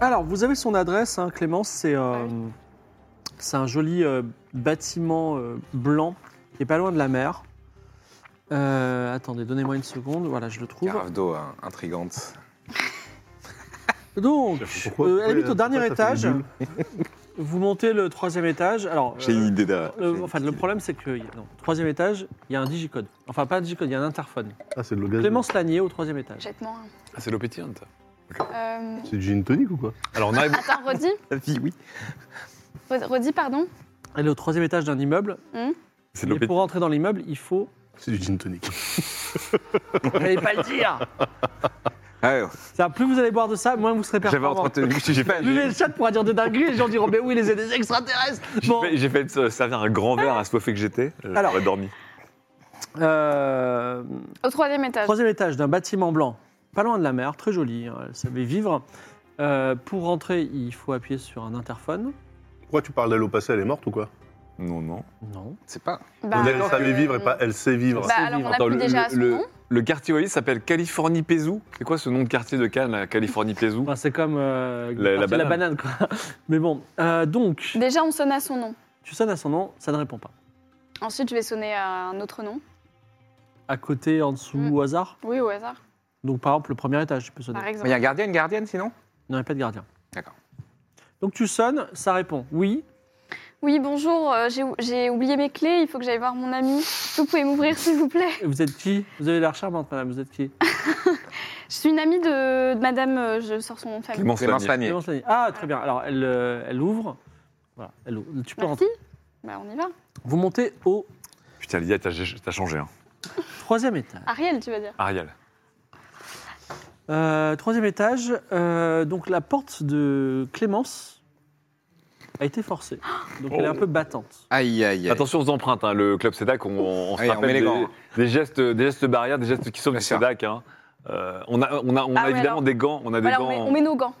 Alors, vous avez son adresse, hein, Clémence. C'est euh, c'est un joli euh, bâtiment euh, blanc qui est pas loin de la mer. Euh, attendez, donnez-moi une seconde. Voilà, je le trouve. Grave d'eau, hein, intrigante. Donc, Pourquoi- euh, elle habite pourquoi au dernier ça fait étage. des bulles Vous montez le troisième étage. Alors, J'ai euh, une idée de. le- enfin, le problème, c'est que non, troisième étage, il y a un digicode. Enfin, pas un digicode, il y a un interphone. Ah, c'est de l'orgasme. Clémence Lanier au troisième étage. Jette-moi. Ah, c'est l'eau pétillante. Euh, C'est du gin tonic ou quoi Alors, on arrive. attends, redis. La fille, oui. Re- Redis, pardon. Elle est au troisième étage d'un immeuble. C'est de l'eau Et pétillante. pour entrer dans l'immeuble, il faut. C'est du gin tonic. Vous n'allez pas le dire. Ah, ouais, Ça, plus vous allez boire de ça, moins vous serez J'avais performant. entretenu. J'ai fait, Plus le chat pourra dire de dingueries, les gens diront Mais oui, les des extraterrestres J'ai Bon, fait- J'ai fait me servir un grand verre à assoiffé que j'étais. Alors. J'aurais dormi. euh, Au troisième étage. troisième étage d'un bâtiment blanc, pas loin de la mer, très joli, hein, elle savait vivre. Euh, pour rentrer, il faut appuyer sur un interphone. Pourquoi tu parles d'elle au passé Elle est morte ou quoi Non, non. Non. C'est pas. Bah, On dit elle savait euh, vivre et pas elle sait vivre. Bah, alors, on vivre. appuie Attends, le- déjà à le- son le- nom. Le quartier où il s'appelle Californie Pézou. C'est quoi ce nom de quartier de Cannes, à Californie Pézou Enfin, c'est comme euh, La- la partie de banane, quoi. Mais bon, euh, donc, Déjà, on sonne à son nom. tu sonnes à son nom, ça ne répond pas. Ensuite, je vais sonner à un autre nom. À côté, en dessous, Mm. au hasard. Oui, au hasard, Donc, par exemple, le premier étage, tu peux sonner. par Il y exemple. a un gardien, une gardienne sinon Il n'y aurait pas de gardien. D'accord. Donc, tu sonnes, ça répond. Oui, Oui, bonjour, euh, j'ai- j'ai oublié mes clés, il faut que j'aille voir mon ami. Vous pouvez m'ouvrir, s'il vous plaît vous êtes qui Vous avez l'air charmante, madame, vous êtes qui Je suis une amie de, de madame, euh, je sors son nom de famille. Clémence Clémence Lanier. Lanier. Clémence Lanier. Ah, très bien. Alors, elle, euh, elle ouvre. Voilà, elle ouvre. Tu peux Merci. rentrer. Bah, on y va. Vous montez au Putain, Lydia, t'as t'as changé. Hein. troisième étage. Ariel, tu vas dire. Ariel. Euh, troisième étage. euh, donc, la porte de Clémence a été forcée. Donc, elle est un peu battante. Aïe, aïe, aïe. Attention aux empreintes. hein. Le club SEDAC, on, on se Ouais, Ah on rappelle met les des, gants. des gestes, des gestes barrières, des gestes qui sauvent Bien du sûr. SEDAC. hein. Euh, on a, on a, on a Ah ouais, évidemment Bah, alors. des gants. On a des Voilà, gants, on met, on met nos gants.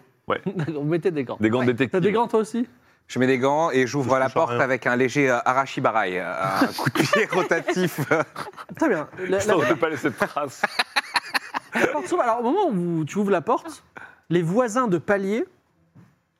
Vous mettez des gants. des gants Ouais. détectives. T'as des gants, toi aussi Je mets des gants et j'ouvre Je la touche à porte rien. avec un léger euh, arachibarail, euh, un coup de pied rotatif. Très bien. La, Putain, la- on ne peut pas laisser de traces. la porte s'ouvre. Alors, au moment où tu ouvres la porte, les voisins de palier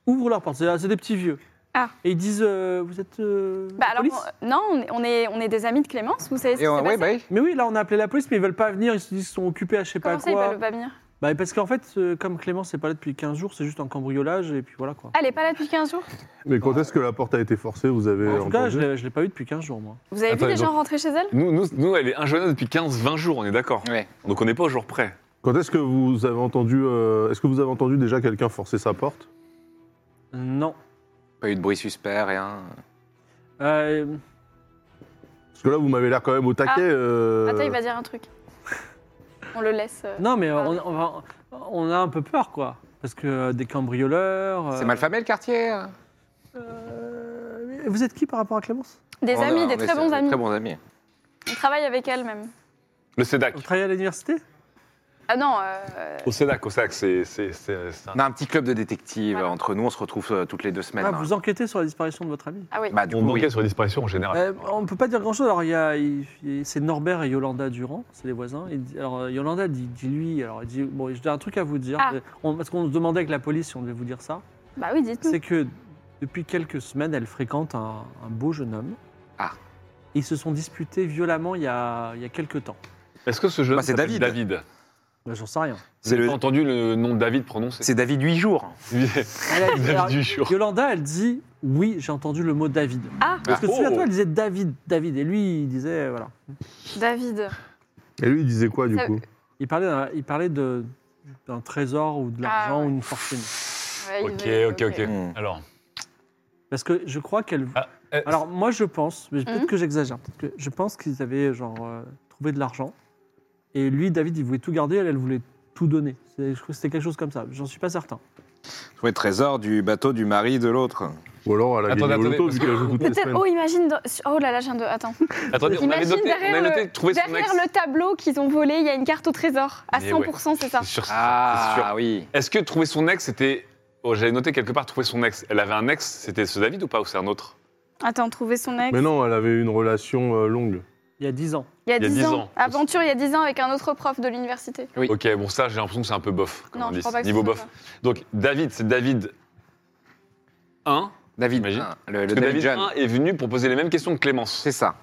ouvrent leur porte. C'est c'est des petits vieux. Ah. Et ils disent euh, Vous êtes. euh, Bah, la alors, police on- non, on est, on, est, on est des amis de Clémence, vous savez ce qui Et s'est on- ouais, passé bah oui. Mais oui, là, on a appelé la police, mais ils veulent pas venir. Ils se disent qu'ils sont occupés à je sais Comment pas ça, ils quoi. veulent pas venir Bah, parce qu'en fait, euh, comme Clémence n'est pas là depuis 15 jours, c'est juste un cambriolage, et puis voilà quoi. Elle est pas là depuis 15 jours Mais quand est-ce que la porte a été forcée Vous avez En tout cas, je entendu l'ai- je l'ai pas eu depuis 15 jours, moi. Vous avez Attends, vu les ils gens rentrer chez elle Nous, nous, nous, elle est injoignable depuis 15-20 jours, on est d'accord. Ouais. Donc on n'est pas au jour près. Quand est-ce que vous avez entendu euh, Est-ce que vous avez entendu déjà quelqu'un forcer sa porte Non. Pas eu de bruit suspect, rien. Euh, Parce que là, vous m'avez l'air quand même au taquet. Ah. euh, Attends, il va dire un truc. On le laisse. euh. non, mais on, on va- on a un peu peur, quoi. Parce que euh, des cambrioleurs. euh, C'est mal famé le quartier hein euh, mais vous êtes qui par rapport à Clémence Des On a- amis, on des est- très bons des amis. Très bons amis. On travaille avec elle même. Le SEDAC. Vous travaillez à l'université Ah non, euh, Au SEDAC, au SEDAC, c'est. c'est- c'est- c'est un- On a un petit club de détectives. Voilà. Entre nous, on se retrouve euh, toutes les deux semaines. Ah, hein. Vous enquêtez sur la disparition de votre ami ah oui. Bah, du On coup, oui. enquête sur les disparitions en général. Euh, on ne peut pas dire grand-chose. Alors, il y a, il- il- c'est Norbert et Yolanda Durand, c'est les voisins. Et, di- alors, euh, Yolanda dit, dit lui, alors, il dit, bon, j'ai un truc à vous dire. Ah. Euh, on- parce qu'on se demandait avec la police si on devait vous dire ça. bah oui, dites-nous. C'est que depuis quelques semaines, elle fréquente un, un beau jeune homme. Ah. Ils se sont disputés violemment il y a, il y a quelques temps. Est-ce que ce jeune Bah, c'est s'appelle David. David. Bah, J'en sais rien. Vous avez entendu le nom de David prononcé C'est David huit jours. Elle a dit- alors, David du jour. Yolanda, elle dit, oui, j'ai entendu le mot David. Ah, Parce que Ah, oh. souviens-toi, elle disait David, David. Et lui, il disait, voilà. David. Et lui, il disait quoi du Ça- coup Il parlait, d'un- il parlait de- d'un trésor ou de l'argent Ah, ouais. ou une fortune. Ouais, il Ok, veut- ok, ok. Hmm. Alors, Parce que je crois qu'elle Ah. Euh, Alors moi je pense, mais peut-être Mhm. que j'exagère, peut-être que je pense qu'ils avaient genre euh, trouvé de l'argent et lui David il voulait tout garder, elle elle voulait tout donner. C'est- Je crois que c'était quelque chose comme ça. J'en suis pas certain. Trouver le trésor du bateau du mari de l'autre. Ou alors elle a Attendez, gagné au attendez, loto parce vu qu'elle joue toutes les Peut-être. semaines. Oh, imagine. dans- Oh là là, j'ai un de. Attends. Attendez, on avait Imagine noté, on derrière, avait noté le... de trouver son derrière ex. le tableau qu'ils ont volé, il y a une carte au trésor. À Mais 100%, c'est ça. C'est sûr, c'est sûr. Ah oui. Est-ce que trouver son ex, c'était. oh, J'avais noté quelque part trouver son ex. Elle avait un ex, c'était ce David ou pas Ou c'est un autre Attends, trouver son ex. Mais non, elle avait une relation euh, longue. Il y a 10 ans. Il y a 10 ans. Aventure, il y a 10 ans avec un autre prof de l'université. Oui. Ok, bon, ça, j'ai l'impression que c'est un peu bof. Comme Non, on je dit. crois pas que ce Niveau soit bof. ça. Donc, David, c'est David 1. David. Imagine. hein, le, le Parce que David David John. 1 est venu pour poser les mêmes questions que Clémence. C'est ça.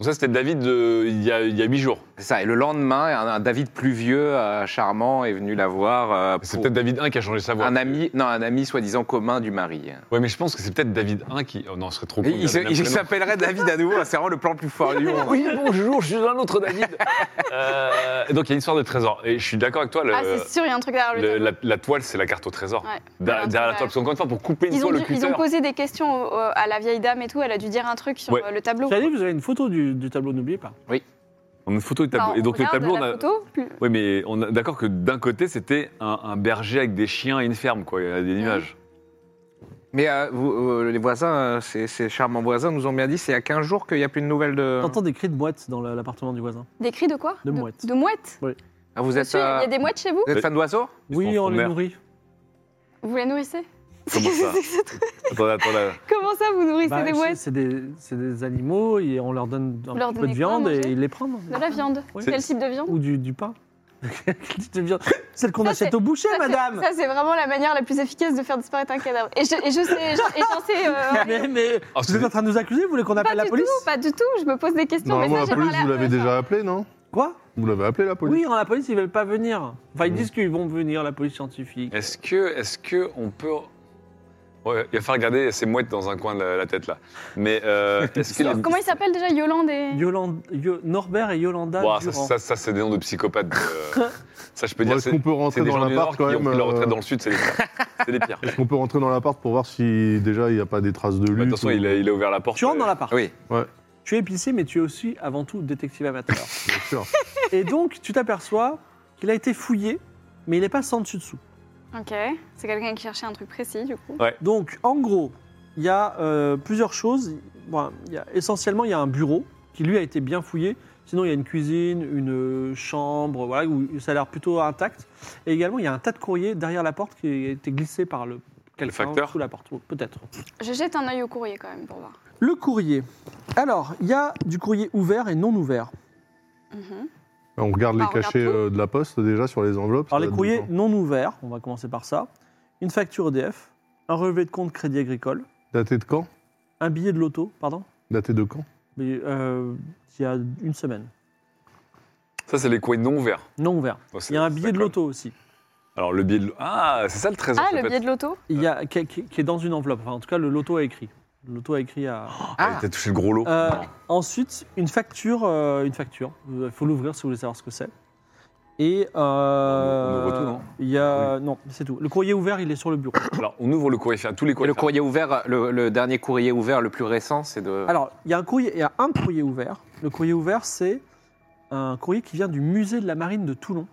Donc, ça, c'était David de- il y a- il y a 8 jours. C'est ça. Et le lendemain, un, un David pluvieux, euh, charmant, est venu la voir. euh, C'est pour peut-être David 1 qui a changé sa voix. un ami, non, un ami soi-disant commun du mari. Ouais, mais je pense que c'est peut-être David 1 qui. Oh non, ce serait trop Et cool. il se- d'avoir le il même prénom. s'appellerait David à nouveau. C'est vraiment le plan le plus fort du monde. Oui, bonjour, je suis un autre David. Euh, donc il y a une histoire de trésor. Et je suis d'accord avec toi, le- Ah, c'est sûr, il y a un truc derrière le, le- tableau. la, la toile, c'est la carte au trésor. Ouais. Da- Ouais, derrière la ouais. toile, parce qu'encore une fois, pour couper une Ils ont, toile, le dû- ils cutter. ont posé des questions au- au- à la vieille dame et tout. Elle a dû dire un truc sur Ouais. euh, le tableau. Regardez, vous avez une photo du, du tableau, n'oubliez pas. On a une photo du Enfin, tableau. on et donc le regarde tableau, la on a. photo, plus- Oui, mais on est d'accord que d'un côté, c'était un, un berger avec des chiens et une ferme, quoi. Il y a des nuages. Mais euh, vous, euh, les voisins, euh, ces, ces charmants voisins nous ont bien dit, c'est il y a 15 jours qu'il n'y a plus de nouvelles de... T'entends des cris de boîte dans la- l'appartement du voisin. Des cris de quoi De mouettes. De mouettes Ah, vous êtes, Monsieur, il euh, y a des mouettes chez vous vous êtes fan d'oiseaux Ils oui, sont en on les mer. nourrit. Vous les nourrissez Comment ça C'est que ce truc- Attends, attends, là. Comment ça, vous nourrissez Bah, des c'est- mouettes c'est des, c'est des animaux et on leur donne un Vous leur petit peu de donnez quoi à viande et manger ils les prennent. De la viande. Oui. Quel type de viande Ou du, du pain. Quel type de viande Celle qu'on Ça, achète c'est- au boucher, Ça, c'est- madame Ça, c'est vraiment la manière la plus efficace de faire disparaître un cadavre. Et je, et je sais, et j'en sais. euh, Mais, mais Ah, vous c'est- êtes en train de nous accuser Vous voulez qu'on pas appelle la du police tout, pas du tout. Je me pose des questions. mais Normalement, ça, la j'ai police, parlé vous à- l'avez déjà appelée, non Quoi Vous l'avez appelée, la police Oui, la police, ils veulent pas venir. Enfin, ils Mm. disent qu'ils vont venir, la police scientifique. Est-ce que, est-ce que on peut. Ouais, il va falloir garder ces mouettes dans un coin de la, la tête, là. Mais euh, est-ce que. les- Comment il s'appelle déjà Yolande et... Yolan- Yo- Norbert et Yolanda Eh. Ouah, ça, Durand. ça, ça, c'est des noms de psychopathes. euh, ça, je peux Bon, dire. Est-ce qu'on c'est- peut C'est rentrer des dans gens du Nord l'appart qui quand ont même pris leur retraite euh, dans le Sud, c'est les pires. C'est les pires. Est-ce qu'on peut rentrer dans l'appart pour voir si déjà il n'y a pas des traces de Bah, De lutte toute façon, ou- il a, il a ouvert la porte. Tu rentres dans euh, l'appart. Oui. Tu es épicier, mais tu es aussi avant tout détective amateur. Bien sûr. et donc, tu t'aperçois qu'il a été fouillé, mais il n'est pas sans dessus dessous. Ok, c'est quelqu'un qui cherchait un truc précis du coup. Donc, en gros, il y a euh, plusieurs choses. Bon, il y a- essentiellement, il y a un bureau qui, lui, a été bien fouillé. Sinon, il y a une cuisine, une euh, chambre, voilà, où ça a l'air plutôt intact. Et également, il y a un tas de courriers derrière la porte qui a été glissé par le quelqu'un facteur sous la porte, ou- peut-être. Je jette un œil au courrier quand même pour voir. Le courrier. Alors, il y a du courrier ouvert et non ouvert. Mhm. On regarde Ah, les on regarde cachets tout. euh, de la poste déjà sur les enveloppes. Alors, ça les date courriers de quand non ouverts, on va commencer par ça. Une facture EDF, un relevé de compte crédit agricole, Daté de quand un billet de loto, pardon, Daté de quand mais, euh, il y a une semaine. Ça, c'est les coins non ouverts. Non ouvert. Bon, Oh, c'est- Il y a un ça billet de colle. l'auto aussi, Alors, le billet de l'auto. Ah, c'est ça le trésor. Ah, ça le peut billet être. de l'auto Il y a, qui, qui- qui est dans une enveloppe. Enfin, en tout cas, le loto a écrit. Le loto a écrit à. Ah, T'as touché le gros lot. Euh, ensuite, une facture. euh, une facture. Il faut l'ouvrir si vous voulez savoir ce que c'est. Et. euh, On ouvre tout, non Il y a. Non, c'est tout. Le courrier ouvert, il est sur le bureau. Alors, on ouvre le courrier, enfin, tous les Et courriers. le courrier ouvert, le, le dernier courrier ouvert le plus récent, c'est de... Alors, il y a un courrier, il y a un courrier ouvert. Le courrier ouvert, c'est un courrier qui vient du musée de la marine de Toulon,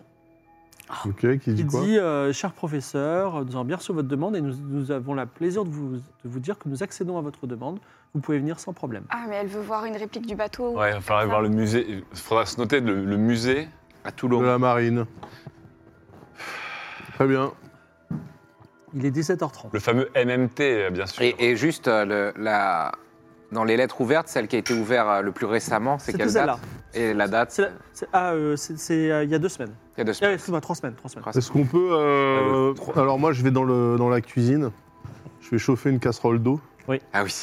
Ok, qui dit qui quoi dit euh, Cher professeur, nous avons bien reçu votre demande et nous, nous avons la plaisir de vous, de vous dire que nous accédons à votre demande. Vous pouvez venir sans problème. Ah, mais elle veut voir une réplique du bateau. Ouais, il va falloir aller voir le musée. Il faudra se noter le, le musée. à De Toulon. la marine. Très bien. Il est 17h30. Le fameux MMT, euh, bien sûr. Et, et juste, euh, le- la... dans les lettres ouvertes, celle qui a été ouverte euh, le plus récemment, c'est C'était quelle celle-là. date Et la date, C'est la- c'est- ah, euh, c'est- c'est, euh, il y a deux semaines. il y a deux Ah, semaines. Excuse-moi, trois semaines. Trois semaines. Est-ce qu'on peut. euh, Euh, trois. Alors, moi, je vais dans, le, dans la cuisine. Je vais chauffer une casserole d'eau Ah oui.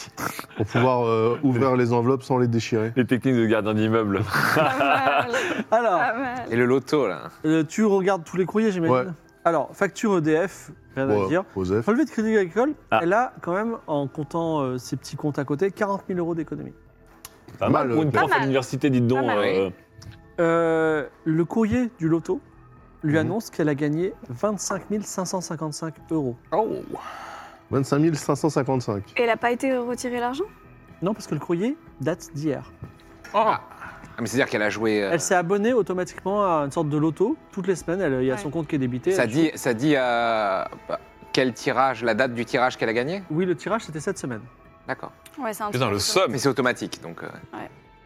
pour pouvoir euh, ouvrir les enveloppes sans les déchirer. Les techniques de gardien d'immeuble. Pas mal, Alors, pas mal. Et le loto, là. euh, tu regardes tous les courriers, j'imagine Ouais. Alors, facture EDF, rien à Ouais, dire. Joseph. Relevé de crédit agricole, Ah. elle a quand même, en comptant euh, ses petits comptes à côté, 40 000 euros d'économie. Pas mal. mal, Pour une pas prof à mal. l'université, dites donc. Pas mal, euh, Euh, le courrier du loto lui Mhm. annonce qu'elle a gagné 25 555 euros. Oh 25 555. Et elle a pas été retirée l'argent Non, parce que le courrier date d'hier. Ah, mais c'est-à-dire qu'elle a joué. euh, Elle s'est abonnée automatiquement à une sorte de loto. Toutes les semaines, elle- il y a Ouais. son compte qui est débité. ça Elle- dit, ça dit euh, bah, quel tirage, la date du tirage qu'elle a gagné Oui, le tirage, c'était cette semaine. D'accord. Ouais, c'est un Putain, truc le comme ça. somme Mais c'est automatique, donc. euh,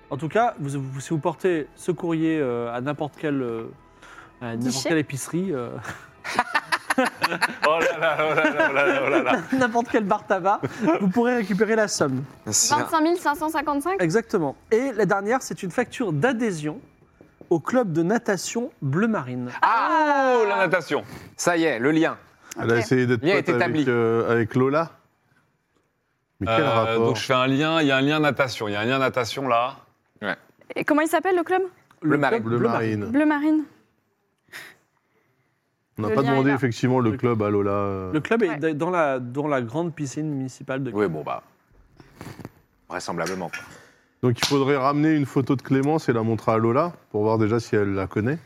En tout cas, vous- vous- si vous portez ce courrier euh, à n'importe quelle, euh, à n'importe Guichet. quelle épicerie, euh, Oh là là, oh là là, oh là là, oh là là. n'importe quel bar tabac, vous pourrez récupérer la somme. c'est- 25 555 Exactement. Et la dernière, c'est une facture d'adhésion au club de natation Bleu Marine. Ah, oh, la natation. Ça y est, le lien. Ah, Elle a essayé d'être Lien est pote avec, établi. euh, avec Lola. Mais quel Euh, rapport donc je fais un lien, il y a un lien natation, il y a un lien natation là. Et comment il s'appelle le club Bleu Marine. club Bleu Marine. Bleu Marine. On n'a Le pas lien demandé est là. effectivement le Le- club à Lola. euh. Le club Ouais. est dans la, dans la grande piscine municipale de Oui, bon, bah. Vraisemblablement. quoi. Donc il faudrait ramener une photo de Clémence et la montrer à Lola pour voir déjà si elle la connaît.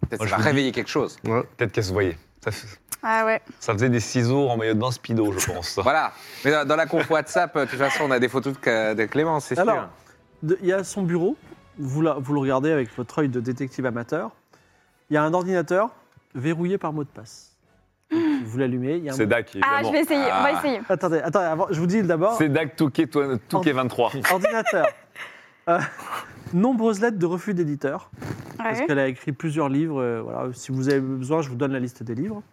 Peut-être Moi, ça je va vous réveiller quelque chose. Ouais. Peut-être qu'elle se voyait. Ça, f- Ah ouais. ça faisait des ciseaux en maillot de bain speedo, je pense. Voilà. Mais dans, dans la conf WhatsApp, de toute façon, on a des photos de, Ca- de Clémence, c'est sûr. Alors, de- il y a son bureau, vous, la- vous le regardez avec votre œil de détective amateur. Il y a un ordinateur verrouillé par mot de passe. Donc, Vous l'allumez, il y a un... C'est Dak, Ah, je évidemment. vais essayer, on va Ah. essayer. Attendez, attendez avant- je vous dis d'abord, C'est Dak Touquet toi- Touquet 23. ordinateur. Euh, nombreuses lettres de refus d'éditeurs, parce Ouais. qu'elle a écrit plusieurs livres. euh, voilà, si vous avez besoin, je vous donne la liste des livres.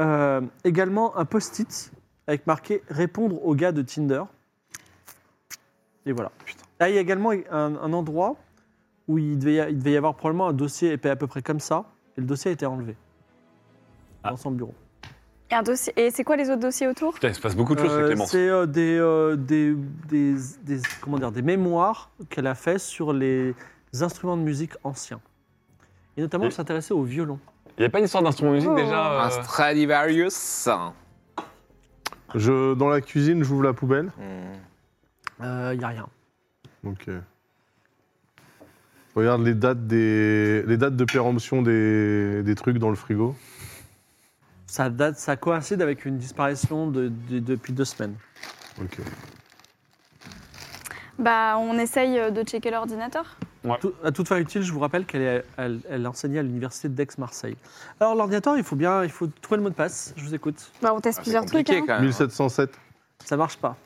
Euh, également un post-it avec marqué « Répondre au gars de Tinder ». Et voilà. Là, il y a également un, un endroit où il devait, y a- il devait y avoir probablement un dossier épais à peu près comme ça, et le dossier a été enlevé dans son bureau. Et, un dossier... et c'est quoi les autres dossiers autour Putain, il se passe beaucoup de choses avec Euh, Clémence. c'est euh, des, euh, des, des, des- comment dire, des mémoires qu'elle a fait sur les instruments de musique anciens. Et notamment, Et- elle s'intéressait au violon. Il n'y a pas une histoire d'instrument de musique Oh. déjà Un euh, Stradivarius. Je, dans la cuisine, j'ouvre la poubelle. Hmm. Il n'y Euh, a rien. Donc, euh, Regarde les dates, des, les dates de péremption des, des trucs dans le frigo. Ça, date, ça coïncide avec une disparition de- de- depuis deux semaines. Ok. Bah, on essaye euh, de checker l'ordinateur. Tout- à toute fin utile, je vous rappelle qu'elle est- elle, elle enseignait à l'université d'Aix-Marseille. Alors, l'ordinateur, il faut bien il faut trouver le mot de passe. Je vous écoute. Bah, on teste Ah, c'est plusieurs trucs. compliqué, hein. quand même. 1707. Ça marche pas.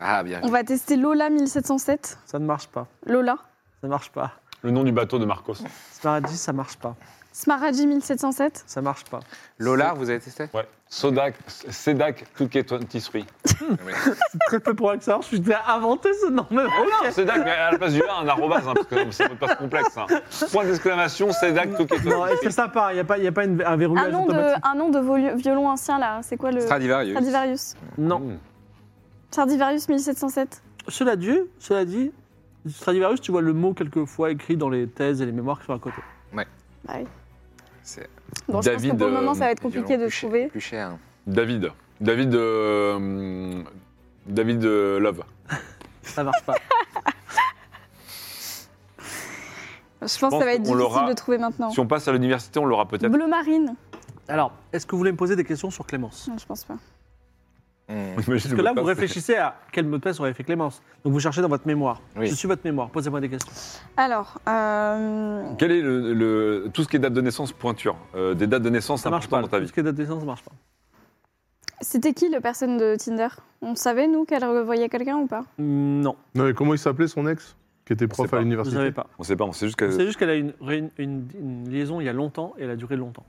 Ah, bien. On va tester Lola 1707. Ça ne marche pas. Lola. Ça marche pas. Le nom du bateau de Marcos. Smaragdi, ça marche pas. Smaragdi 1707. Ça marche pas. Lola, vous avez testé Ouais. Sodak, Sedak Touquet 23. Très peu probable que ça marche. Je vais inventer ce nom. Mais Oh non, Sedak, mais à la place du A, un arrobase, hein, parce que c'est un mot de passe complexe. hein. Point d'exclamation, Sedak Touquet Non, et 23. c'est sympa, il n'y a pas, il y a pas une- un Un verrouillage nom, de, automatique. un nom de volu- violon ancien là, c'est quoi le. Stradivarius. Stradivarius. Non. Mmh. Stradivarius 1707. Cela dit, cela dit, Stradivarius, tu vois le mot quelquefois écrit dans les thèses et les mémoires qui sont à côté. Bah oui. C'est- Bon, je pense que David, pour le moment, euh, ça va être compliqué violon de plus cher- trouver. Plus cher. David. David. euh, hum, David euh, Love. Ça marche pas. Je pense que pense ça va être qu'on difficile l'aura de trouver maintenant. Si on passe à l'université, on l'aura peut-être. Bleu marine Alors, est-ce que vous voulez me poser des questions sur Clémence Non, je pense pas. Hmm. Imagine Parce le que là, mot de vous passe. réfléchissez à quel mot de passe aurait fait Clémence. Donc vous cherchez dans votre mémoire. Oui. Je suis votre mémoire, posez-moi des questions. Alors, euh, Quel est le, le- tout ce qui est date de naissance pointure euh, Des dates de naissance Ça marche importantes pas. dans ta vie. Parce que date de naissance, ça marche pas. c'était qui le personne de Tinder On savait, nous, qu'elle revoyait quelqu'un ou pas Non, Non, mais comment il s'appelait son ex Qui était prof Mm, pas. à vous l'université savez pas. On sait pas, on sait juste que. C'est juste qu'elle a une, une- une- une liaison il y a longtemps et elle a duré longtemps.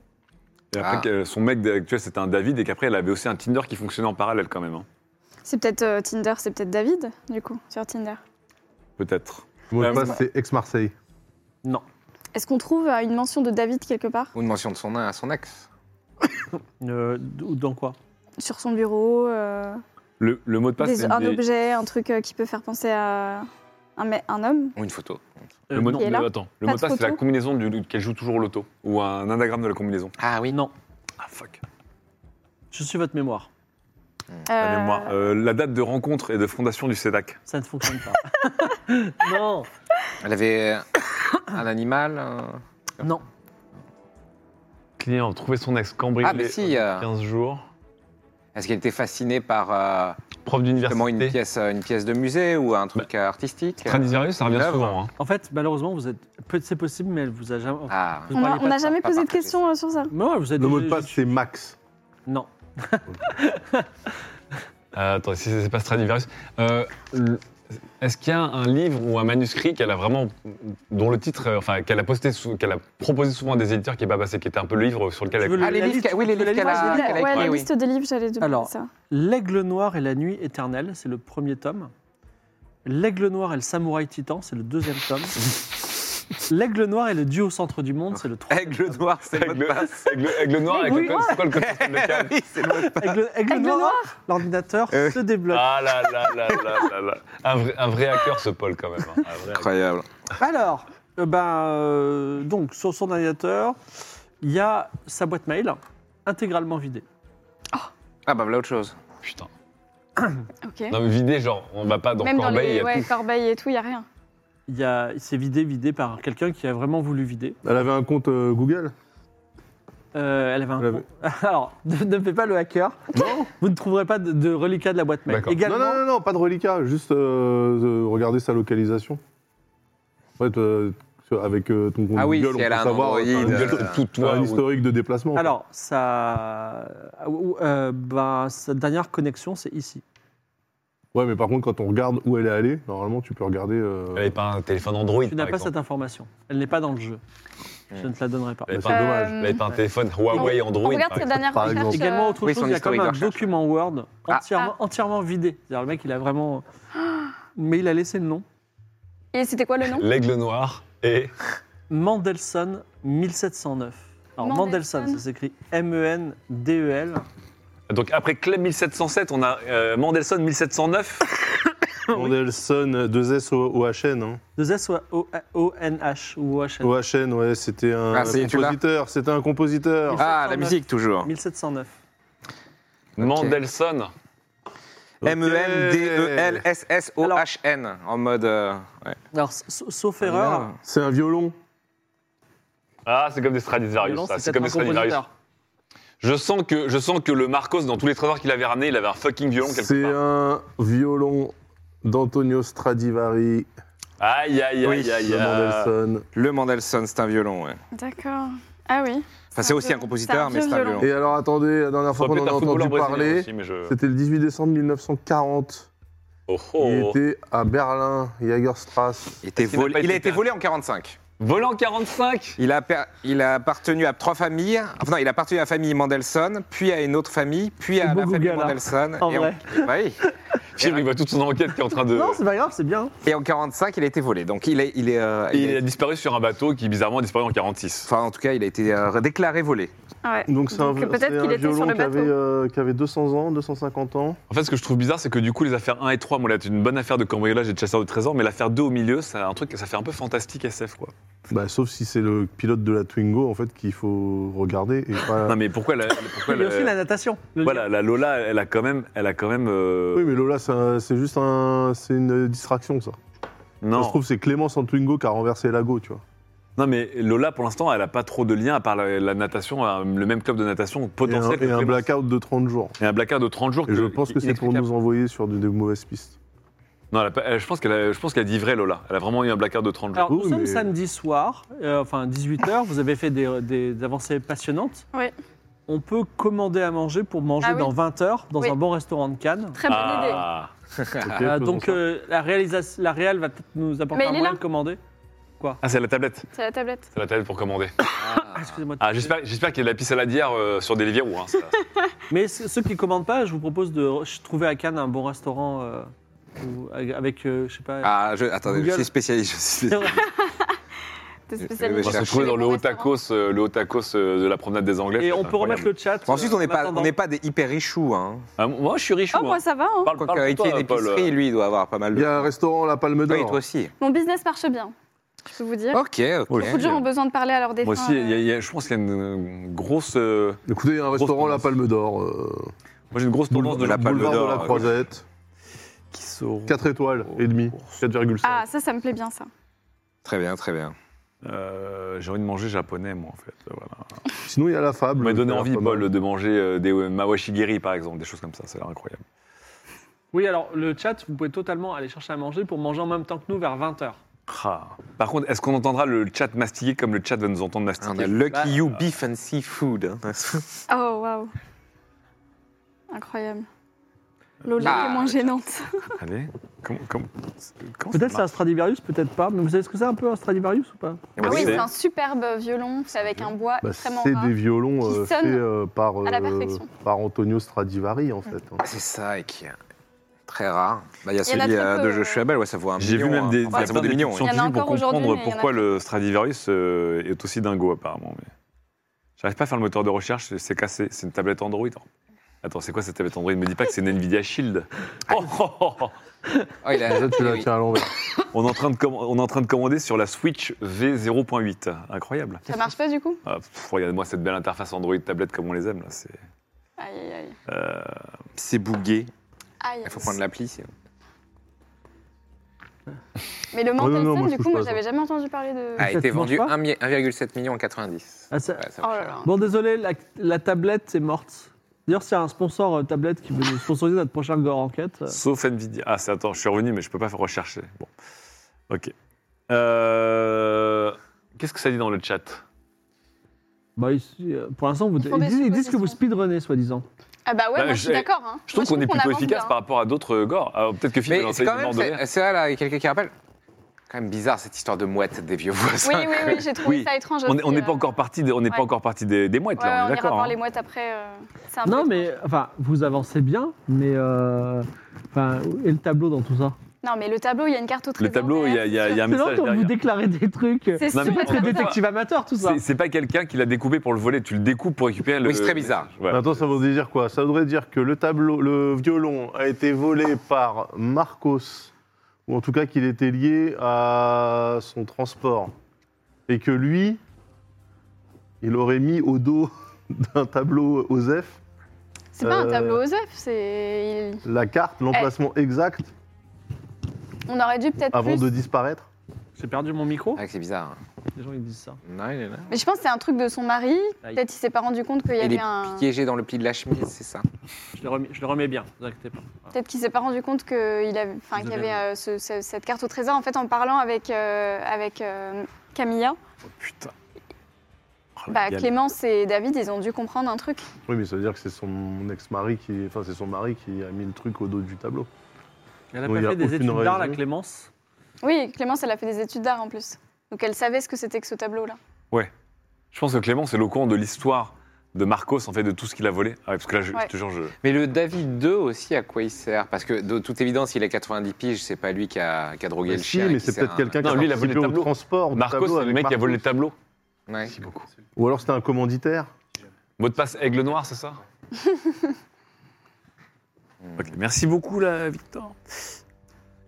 et après, Ah. que son mec actuel c'était un David et qu'après elle avait aussi un Tinder qui fonctionnait en parallèle quand même. hein. C'est peut-être euh, Tinder, c'est peut-être David, du coup, sur Tinder. Peut-être. Le mot de Ah, passe, c'est ex-Marseille. Non, Est-ce qu'on trouve euh, une mention de David quelque part Ou une mention de son nom à son ex. Euh, d- ou dans quoi Sur son bureau euh, Le, le mot de passe des- c'est Un des- objet, un truc euh, qui peut faire penser à un, me- un homme Ou une photo. Euh, le mot, non. Il est là le- attends, le Pas mot de de passe c'est la photo combinaison du- qu'elle joue toujours au loto ou un anagramme de la combinaison. Ah oui. non, Ah fuck. je suis votre mémoire. La Euh, mémoire. Euh, la date de rencontre et de fondation du SEDAC. Ça ne fonctionne pas. non, Elle avait euh, un animal. euh, non. Client, trouver son ex cambriolé Ah, mais si, euh, 15 jours. Est-ce qu'elle était fascinée par euh, prof Justement, une d'université. pièce, euh, une pièce de musée ou un truc artistique euh, Tradisérieux, ça revient Une œuvre. souvent. hein. En fait, malheureusement, vous êtes. peut- C'est possible, mais elle vous a jamais. Ah, Vous On parliez a- pas on n'a de- jamais pas posé de partagé. questions euh, sur ça. Non, vous êtes Le mot de juste- passe, c'est Max. Non. Euh, attends, si c'est pas Stradivarius. Euh, le- Est-ce qu'il y a un livre ou un manuscrit qu'elle a vraiment, dont le titre, euh, enfin qu'elle a posté, sou- qu'elle a proposé souvent à des éditeurs qui n'est pas passé, qui était un peu le livre sur lequel Tu elle. veux Ah, les La livres liste- qu'elle- oui, les tu veux la livres qu'elle liste des a, qu'elle a Ouais, la écrit, oui. liste des livres, j'allais demander Alors, ça. L'aigle noir et la nuit éternelle, c'est le premier tome. L'aigle noir et le samouraï titan, c'est le deuxième tome. L'aigle noir et le dieu au centre du monde, c'est le troisième. Aigle noir, c'est le mot de Aigle- passe. Aigle, aigle noir avec Oui. le code, c'est quoi le code postal local oui, c'est le mot de passe. Aigle, aigle Aigle noir, noir l'ordinateur Euh. se débloque. Ah là là là là là là. Un vrai, un vrai hacker ce Paul quand même. hein. Un vrai hacker. Incroyable. Ah. Alors, euh, ben, euh, donc sur son ordinateur, il y a sa boîte mail intégralement vidée. Ah bah voilà autre chose. Putain. Ok. Non mais vidé genre, on va pas dans Même dans Corbeil. il y les a ouais, tout. corbeilles et tout, il n'y a rien. Il y a- C'est vidé, vidé par quelqu'un qui a vraiment voulu vider. Elle avait un compte euh, Google Euh, elle avait un Elle avait- compte. Alors, ne, ne fais pas le hacker. Vous ne trouverez pas de, de reliquat de la boîte mail. D'accord. Également, Non, non, non, non, pas de reliquat, juste euh, euh, regarder sa localisation. En fait, euh, sur- avec euh, ton compte Ah oui, Google, si on elle peut a un savoir Android, t'as un- euh, Google, c'est tout t'as toi. un ou- historique de déplacement. Alors, sa, ou- euh, ben, sa dernière connexion, c'est ici. Ouais, mais par contre, quand on regarde où elle est allée, normalement, tu peux regarder. euh, Elle avait pas un téléphone Android. Tu n'as par pas exemple. cette information. Elle n'est pas dans le jeu. Je ne te la donnerai pas. Elle avait C'est Euh, pas un- dommage. elle avait pas un téléphone Huawei Android. Euh, On regarde par ces exemple. dernières par recherches. exemple. Également, euh, autre Oui, chose, son il y a historique comme un de recherche. document Word Ah. entièrement, entièrement vidé. C'est-à-dire, le mec, il a vraiment. Mais il a laissé le nom. euh, Et c'était quoi le nom L'aigle noir et Mandelson 1709. Alors, Mandelson. Mandelson, ça s'écrit E M-E-N-D-E-L. donc après Clem 1707, on a euh, Mandelson 1709. Ah Mandelson, 2S au, au HN. Hein. Deux S ou O-N-H ou OHN. Au HN, ouais, c'était un Ah, c'est- tu l'as compositeur. C'était un compositeur. Ah, la musique toujours. 1709. Mandelson. Ok. E M-E-N-D-E-L-S-S-O-H-N. En mode. euh, ouais. Alors, sa- sauf erreur, C'est un violon. Ah, c'est comme des Stradivarius. violon, ça, c'est C'est comme des peut-être un Stradivarius. compositeur. Je sens que je sens que le Marcos dans tous les trésors qu'il avait ramené, il avait un fucking violon quelque C'est part. un violon d'Antonio Stradivari, Aïe aïe aïe Oui, aïe. euh, de aïe. Mandelson. Le Mandelson, c'est un violon. Ouais. D'accord. Ah oui. Enfin, c'est aussi un compositeur, mais c'est un violon. Et alors, attendez, la dernière Ça fois peut qu'on en être a un footballeur entendu brésilien parler, aussi, mais euh. je. c'était le 18 décembre 1940. Oh, Il oh. était à Berlin, Jagerstrasse. Il, était Est-ce qu'il n'a volé- pas il a été été volé en 45. Volant 45. Il a, per- il a appartenu à trois familles. Enfin, non, il a appartenu à la famille Mandelson, puis à une autre famille, puis à beau la famille Google, hein, Mandelson. en et, vrai. En... Bah oui. Pierre, il voit toute son enquête qui est en train de. Non, c'est pas grave, c'est bien. et en 45, il a été volé. Donc, il est. Il est, euh, Et il il est- a disparu sur un bateau qui bizarrement a disparu en 46. Enfin, en tout cas, il a été euh, déclaré volé. Ouais. Donc, c'est un, Donc, peut-être c'est un qu'il était sur violon le qui avait, bateau. euh, qui avait 200 ans, 250 ans. En fait, ce que je trouve bizarre, c'est que du coup, les affaires 1 et 3, moi, là, c'est une bonne affaire de cambriolage et de chasseur de trésors, mais l'affaire 2 au milieu, ça un truc, ça fait un peu fantastique SF, quoi. Bah, sauf si c'est le pilote de la Twingo, en fait, qu'il faut regarder. Et pas- Non, mais pourquoi la, pourquoi Il y a la- aussi la natation. le lien. voilà, la Lola, elle a quand même, elle a quand même, euh, Oui, mais Lola, ça- c'est juste un, c'est une distraction, ça. non, Ça se trouve, c'est Clémence en Twingo qui a renversé Lago, tu vois. non, mais Lola, pour l'instant, elle a pas trop de lien à part la, la natation, euh, le même club de natation Et un, potentiel que et un Clémence. Euh, blackout de 30 jours. et un blackout de 30 jours. Et je pense que c'est pour nous envoyer sur des, des mauvaises pistes. Non, elle a pas- elle- je pense qu'elle, a- je pense qu'elle dit vrai, Lola. Elle a vraiment eu un blackout de 30 jours. Alors, nous Oui, sommes mais- samedi soir, euh, enfin 18h, vous avez fait des, des- des avancées passionnantes. Oui. On peut commander à manger pour manger Ah oui. dans 20h dans Oui. un bon restaurant de Cannes. Très bonne idée. Ah. Ok, Euh, faisons donc ça. euh, la, réalisation, la réelle va peut-être nous apporter Mais un il est moyen là. de commander. Ah, c'est la tablette. C'est la tablette. C'est la tablette pour commander. Excusez-moi. de Ah, couper. j'espère, j'espère qu'il y a de la pisse à la dière euh, sur des livières ou. Hein, ça- Mais ce- ceux qui commandent pas, je vous propose de re- trouver à Cannes un bon restaurant euh, où- avec, euh, je sais pas. Ah, je, attendez, je Google. suis spécialiste. je suis- T'es Je- je vais On va spécialisée. se chercher. retrouver dans le haut tacos, euh, le haut tacos euh, de la promenade des Anglais. Et Ça va on être peut remettre incroyable. le chat. Ensuite, on euh, n'est en pas, on attendant. n'est pas des hyper richoux. Hein. Ah, moi, je suis riche. Oh, moi ça va. hein. Parle, Quoique, parle avec pour qui toi, Paul. euh, d'épicerie, lui, il doit avoir pas mal Il y de. a un restaurant, la Palme Oui, toi d'Or. aussi. Mon business marche bien. Je peux vous dire. Ok, ok. Oui. Beaucoup de gens ont besoin de parler à leur défunt. Oh, Moi aussi, il y a- euh, il y a- je pense qu'il y a une euh, grosse. euh, Écoutez, il y a un restaurant, la tendance. Palme d'Or. euh, moi, j'ai une grosse tendance de la Palme boulevard d'Or, ah de la oui. Croisette. euh, Qui sauront. 4 étoiles et demi. 4,5. Ah, ça, ça me plaît bien, ça. Très bien, très bien. Euh, j'ai envie de manger japonais, moi, en fait. euh, Voilà. Sinon, il y a la fable. Vous m'avez donné envie, Pas mal. Paul, de manger euh, des euh, mawashigiri, par exemple, des choses comme ça. Ça a l'air incroyable. Oui, alors le chat, vous pouvez totalement aller chercher à manger pour manger en même temps que nous vers 20h. Ah. Par contre, est-ce qu'on entendra le chat mastiquer comme le chat va nous entendre mastiquer On a Lucky You Beef and Seafood. Ah hein. Oh, waouh. Incroyable. Lola Bah, est moins Ah gênante. Allez, comment, comment, comment ça Peut-être c'est un marche Stradivarius, peut-être pas. Mais vous savez ce que c'est un peu un Stradivarius ou pas Ah oui, c'est- c'est un superbe violon, c'est avec un bois Bah, extrêmement c'est rare. des violons qui euh, sonnent faits euh, par, à la euh, perfection. par Antonio Stradivari, en fait. hein. Ah, c'est ça, et qui est très rare. Bah, Il y a Il y en a celui très euh, peu, de ouais. Je suis Abel, ouais, ça vaut un J'ai vu million, même hein. des, Enfin, ça vaut des millions. Il y en a scientifiques pour encore aujourd'hui, comprendre mais il y en a pourquoi plus. le Stradivarius euh, est aussi dingo apparemment. Mais... J'arrive pas à faire le moteur de recherche, c'est- c'est cassé, c'est une tablette Android. Attends, c'est quoi cette tablette Android Me dis pas que c'est une Nvidia Shield. Ah. Oh, oh, oh, oh. Oh, il a- Là, tu la oui. tiens à l'envers. On, est en train de comm- on est en train de commander sur la Switch V0.8. Incroyable. Ça marche pas du coup Ah, pff, Regardez-moi cette belle interface Android tablette comme on les aime. Là. c'est- Aïe, aïe, aïe. euh, C'est bougué. Aïe. Il faut prendre l'appli. c'est- Mais le non, mental non, Sun, moi, je du coup, touche moi, pas, ça. j'avais jamais entendu parler de. A ça été te mange Ah, vendu pas 1 mi- 1,7 million en 90. Ah, ça- Ouais, ça Oh marche. là là. Bon, désolé, la, la tablette est morte. D'ailleurs, s'il y a un sponsor euh, tablette qui veut nous sponsoriser notre prochain Gore Enquête, euh, Sauf Nvidia. Ah, c'est attends, je suis revenu, mais je peux pas faire rechercher. Bon. Ok. Euh, Qu'est-ce que ça dit dans le chat bah, ici, euh, pour l'instant, vous- Ils ils, font des disent, ils disent que vous suppositions. speedrunnez, soi-disant. Ah bah ouais, Bah, moi, je j'ai- suis d'accord. hein. Je trouve Moi, qu'on est plutôt avance efficace bien. par rapport à d'autres euh, gore. Alors, Peut-être que Philippe Mais va c'est lancer quand une même, bande de verre. c'est c'est là, là, il y a quelqu'un qui rappelle. Quand même bizarre cette histoire de mouette des vieux voisins. Oui, oui, oui, j'ai trouvé Oui. ça étrange. On est- aussi, on n'est pas euh. encore parti, des- on n'est pas ouais. encore parti des, des mouettes Ouais, là. on On est ira d'accord. voir hein. les mouettes après. euh, c'est un peu Non, étrange. mais enfin, vous avancez bien, mais euh, enfin, et le tableau dans tout ça Non, mais le tableau, il y a une carte au trésor. Le tableau, il y a, il y a- il y a un C'est message lent quand vous derrière. déclarez des trucs. C'est Non, sûr, mais- et C'est certain. détective amateur, tout ça. C'est- C'est pas quelqu'un qui l'a découpé pour le voler. Tu le découpes pour récupérer le. Oui, c'est très bizarre. Ouais. Attends, ça voudrait dire quoi Ça voudrait dire que le tableau, le violon a été volé par Marcos, ou en tout cas qu'il était lié à son transport, et que lui, il aurait mis au dos d'un tableau OSEF C'est pas un Euh, tableau aux œufs, c'est. il- la carte, l'emplacement Eh, exact, On aurait dû peut-être. avant plus- de disparaître. J'ai perdu mon micro. Ah, c'est bizarre. Les gens, ils disent ça. Non, il est là. Mais je pense que c'est un truc de son mari. Peut-être il s'est pas rendu compte qu'il y Il avait est un. piégé dans le pli de la chemise, c'est ça. Je le remets, je le remets bien, ne vous inquiétez pas. Voilà. Peut-être qu'il s'est pas rendu compte qu'il avait, enfin, Vous qu'il y avez avait euh, ce- ce- cette carte au trésor. En fait, en parlant avec, euh, avec euh, Camilla, Oh, putain. Oh, la bah, gale. Clémence et David, ils ont dû comprendre un truc. Oui, mais ça veut dire que c'est son ex-mari qui, enfin c'est son mari qui a mis le truc au dos du tableau. Elle a Non, pas Oh, il y a fait des aucune études d'art, la raison. Clémence. Oui, Clémence, elle a fait des études d'art en plus. Donc elle savait ce que c'était que ce tableau-là. Je pense que Clément, c'est le courant de l'histoire de Marcos, en fait, de tout ce qu'il a volé. Ah, ouais, parce que là, je, Ouais. je te jure, je. Mais le David 2 aussi, à quoi il sert Parce que de toute évidence, il a 90 piges, c'est pas lui qui a, qui a drogué le Bah, Si, chien. et mais qui c'est sert peut-être un- quelqu'un qui Non, a lui, il a volé participé le au tableau. transport du Marcos, tableau c'est le avec mec qui a volé le Marcos. tableau. Ouais. Ou alors c'était un commanditaire. Mot de passe aigle noir, c'est ça Ok, Merci beaucoup, là, Victor.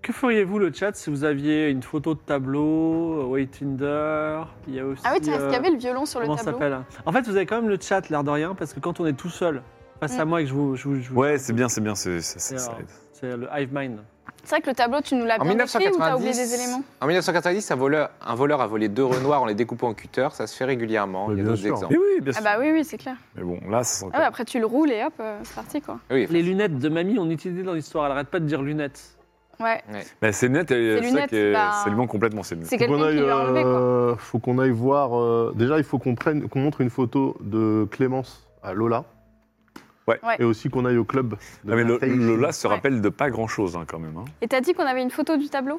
Que feriez-vous le chat si vous aviez une photo de tableau, euh, ouais, Tinder Il y a aussi. Ah oui, tiens, est-ce euh, qu'il y avait le violon sur le Comment ça tableau s'appelle En fait, vous avez quand même le chat, l'air de rien, parce que quand on est tout seul, face à Mm. moi et que je vous. je vous- je vous- Ouais, c'est bien, c'est bien. c'est- c'est- c'est- Alors. c'est- C'est le hive mind. C'est vrai que le tableau, tu nous l'as En bien décrit ou t'as oublié des 1990, éléments en 1990, un voleur, un voleur a volé deux renoirs en les découpant en cutter. Ça se fait régulièrement. Mais il y a bien d'autres sûr. exemples. Mais oui, bien Ah sûr. bah oui, oui, c'est clair. Mais bon, là, ça sent Ah ouais, après tu le roules et hop, euh, c'est parti quoi. Oui, Les lunettes de mamie, on utilisé dans l'histoire. Elle arrête pas de dire lunettes. Ouais, Mais c'est net, Ses c'est ça lunettes, qui est- bah- c'est le manque complètement, c'est net. c'est Faut qu'on quelqu'un qui aille, lui a enlevé quoi. euh, faut qu'on aille voir. euh, déjà, il faut qu'on prenne, qu'on montre une photo de Clémence à Lola. Ouais. Ouais. Et aussi qu'on aille au club. de Ah, mais le- Marseille. Lola se Ouais. rappelle de pas grand chose quand même. hein. Et t'as dit qu'on avait une photo du tableau